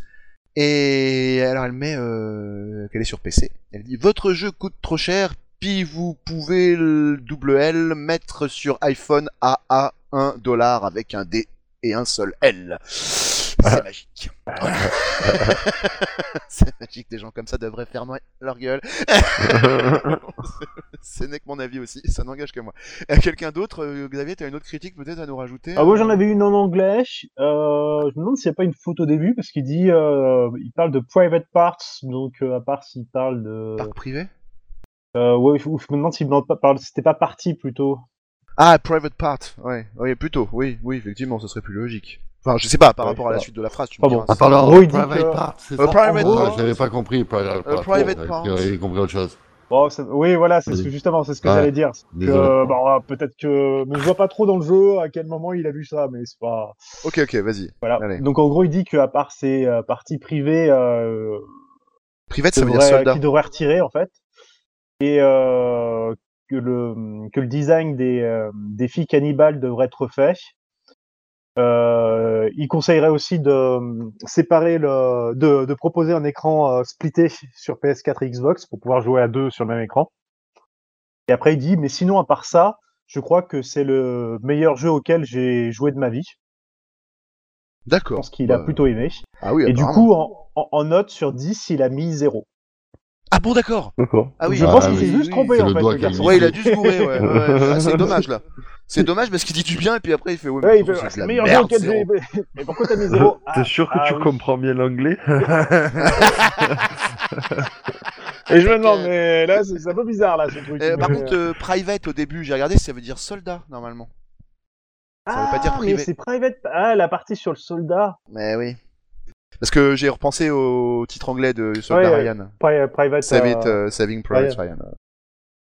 S1: Et alors elle met euh, qu'elle est sur PC. Elle dit Votre jeu coûte trop cher, puis vous pouvez le double L mettre sur iPhone AA 1 dollar avec un D et un seul L. C'est magique. Voilà. C'est magique, des gens comme ça devraient fermer leur gueule. Ce n'est que mon avis aussi, ça n'engage que moi. Euh, Quelqu'un d'autre, euh, Xavier, tu as une autre critique peut-être à nous rajouter euh,
S7: Ah, moi j'en avais une en anglais. Euh, je me demande s'il n'y a pas une faute au début parce qu'il dit, euh, il parle de private parts, donc euh, à part s'il parle de. Parc
S1: privé
S7: euh, Ouais, ou je me demande s'il me demande pas- parle, c'était pas parti plutôt.
S1: Ah, Private Part, ouais, ouais, plutôt, oui, oui, effectivement, ce serait plus logique. Enfin, je sais pas, par
S9: Ouais,
S1: rapport à la
S9: voilà.
S1: suite de la phrase, tu me
S9: Ah
S1: diras.
S9: bon, parle
S1: ça.
S9: en private part, c'est ça
S1: Euh, private
S9: Ah,
S1: part. Euh,
S9: J'avais pas compris private part.
S1: private
S9: J'avais-
S1: part.
S9: J'avais compris autre chose.
S7: Bon, Oh, ça- Oui, voilà, c'est ce que,
S9: Vas-y.
S7: justement, c'est ce que
S9: Ouais,
S7: j'allais dire. c'est Que,
S9: désolé.
S7: euh, bah, peut-être que. Mais je vois pas trop dans le jeu à quel moment il a vu ça, mais c'est pas.
S1: Ok, ok, vas-y.
S7: Voilà.
S1: Allez.
S7: Donc en gros, il dit qu'à part ses euh, parties privées, euh,
S1: Private, ça veut dire
S7: devrait-
S1: soldat.
S7: qu'il devrait retirer en fait, et euh, que le que le design des euh, des filles cannibales devrait être fait. Euh, il conseillerait aussi de euh, séparer le, de, de proposer un écran euh, splitté sur PS4 et Xbox pour pouvoir jouer à deux sur le même écran. Et après, il dit, mais sinon, à part ça, je crois que c'est le meilleur jeu auquel j'ai joué de ma vie.
S1: D'accord.
S7: Je pense qu'il a
S1: Bah,
S7: plutôt aimé.
S1: Ah oui,
S7: Et du
S1: apparemment.
S7: coup, en, en- en note sur 10, il a mis 0.
S1: Ah bon, d'accord.
S10: D'accord.
S1: Ah oui,
S7: Je
S1: Ah
S7: pense
S1: oui,
S7: qu'il s'est
S1: oui,
S7: juste
S1: oui.
S7: trompé,
S1: C'est
S7: en
S1: le
S7: fait,
S1: doigt
S7: le
S1: qui a
S7: garçon.
S1: mis. Ouais, il a dû se gourer, ouais, ouais, ouais. Ah, c'est dommage, là. C'est dommage parce qu'il dit du bien et puis après il fait ouais, mais
S7: Ouais, il
S1: pourquoi
S7: fait,
S1: c'est de la
S7: ouais, c'est le meilleur
S1: merde,
S7: jeu auquel
S1: zéro.
S7: j'ai. Mais pourquoi t'as mis Ah, 0
S10: T'es sûr que tu comprends bien l'anglais
S7: Et je me demande, mais là, c'est c'est un peu bizarre, là, ce truc.
S1: Euh, par
S7: mais-
S1: contre, euh, private au début, j'ai regardé, ça veut dire soldat normalement. Ça veut pas dire
S7: Ah,
S1: privé.
S7: Mais c'est private. Ah, la partie sur le soldat.
S1: Mais oui. Parce que j'ai repensé au titre anglais de Soldat
S7: Ouais,
S1: Ryan.
S7: pri- private.
S1: Save it,
S7: euh,
S1: euh, Saving Private
S7: Ryan.
S1: Ryan.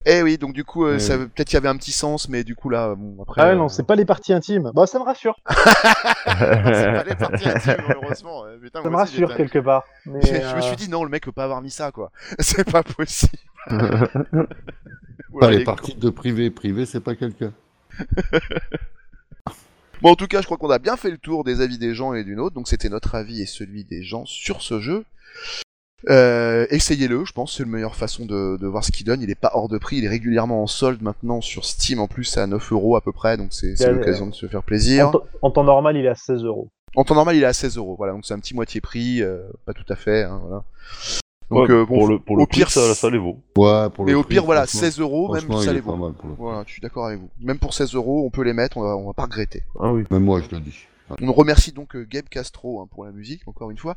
S1: Eh oui, donc du coup, euh,
S7: Eh
S1: ça- peut-être qu'il y avait un petit sens, mais du coup là, bon, après.
S6: Ah
S1: euh, Ah,
S6: ouais, non, c'est pas les parties intimes. Bah, ça me rassure.
S1: c'est pas les parties intimes, heureusement. euh, Putain,
S6: Ça me
S1: moi aussi,
S6: rassure
S1: j'étais-
S6: quelque part. Mais, euh,
S1: Je me
S7: euh,
S1: suis dit non, le mec peut pas avoir mis ça, quoi. C'est pas possible. Oula,
S9: Pas
S1: il
S9: les
S1: est
S9: parties de privé. Privé, c'est pas quelqu'un.
S1: Bon, en tout cas, je crois qu'on a bien fait le tour des avis des gens et d'une autre. Donc, c'était notre avis et celui des gens sur ce jeu. Euh, Essayez-le, je pense, c'est la meilleure façon de, de voir ce qu'il donne. Il est pas hors de prix, il est régulièrement en solde maintenant sur Steam en plus à 9 euros à peu près, donc c'est c'est
S6: Il y a-
S1: l'occasion de se faire
S6: euh,
S1: plaisir.
S6: en, temps- en temps normal, il est à 16 euros.
S1: En temps normal, il est à 16 euros, voilà, donc c'est un petit moitié prix, euh, pas tout à fait, hein, voilà. Donc,
S10: Ouais,
S1: euh, bon,
S10: pour le, pour le
S1: au
S10: prix,
S1: pire,
S10: ça, ça les vaut.
S9: Ouais, pour le
S1: mais au
S9: prix,
S1: pire, voilà,
S9: franchement,
S1: 16 euros, même
S9: franchement,
S1: ça
S9: il
S1: les
S9: est pas
S1: vaut.
S9: mal pour le-
S1: Voilà, je suis d'accord avec vous. Même pour 16 euros, on peut les mettre, on va, on va pas regretter.
S10: Ah oui.
S9: Même moi, je le dis.
S1: On remercie donc euh, Gabe Castro hein, pour la musique, encore une fois.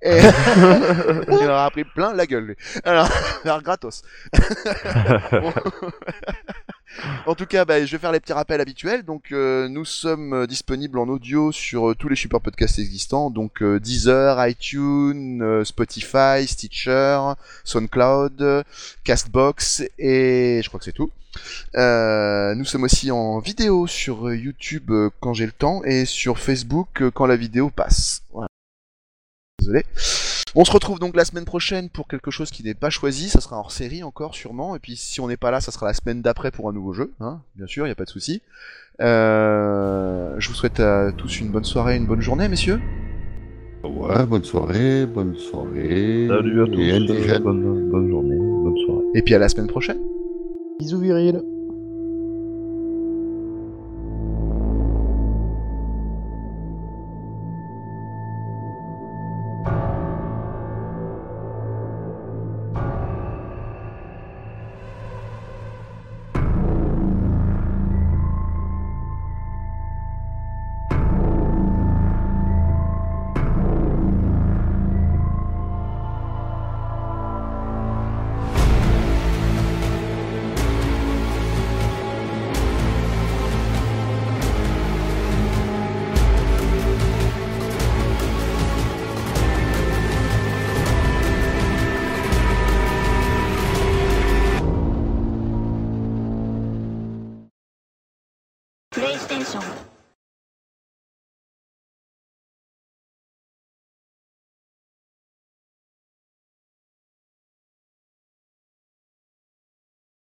S1: Et... Il en aura pris plein la gueule, lui. Alors, alors, gratos. Bon. en tout cas, bah, je vais faire les petits rappels habituels. Donc, euh, nous sommes euh, disponibles en audio sur euh, tous les supports podcasts existants. Donc, euh, Deezer, iTunes, euh, Spotify, Stitcher, SoundCloud, euh, Castbox et je crois que c'est tout. Euh, nous sommes aussi en vidéo sur euh, YouTube euh, quand j'ai le temps et sur Facebook euh, quand la vidéo passe. Voilà. Désolé. On se retrouve donc la semaine prochaine pour quelque chose qui n'est pas choisi. Ça sera hors série encore sûrement. Et puis si on n'est pas là, ça sera la semaine d'après pour un nouveau jeu. hein. Bien sûr, il n'y a pas de souci. Euh, je vous souhaite à tous une bonne soirée, une bonne journée, messieurs.
S9: Ouais, bonne soirée, bonne soirée.
S10: Salut à tous.
S9: Et
S10: euh,
S9: indigène.
S10: Bonne, bonne journée, bonne soirée.
S1: Et puis à la semaine prochaine.
S6: Bisous, viril.
S12: PlayStation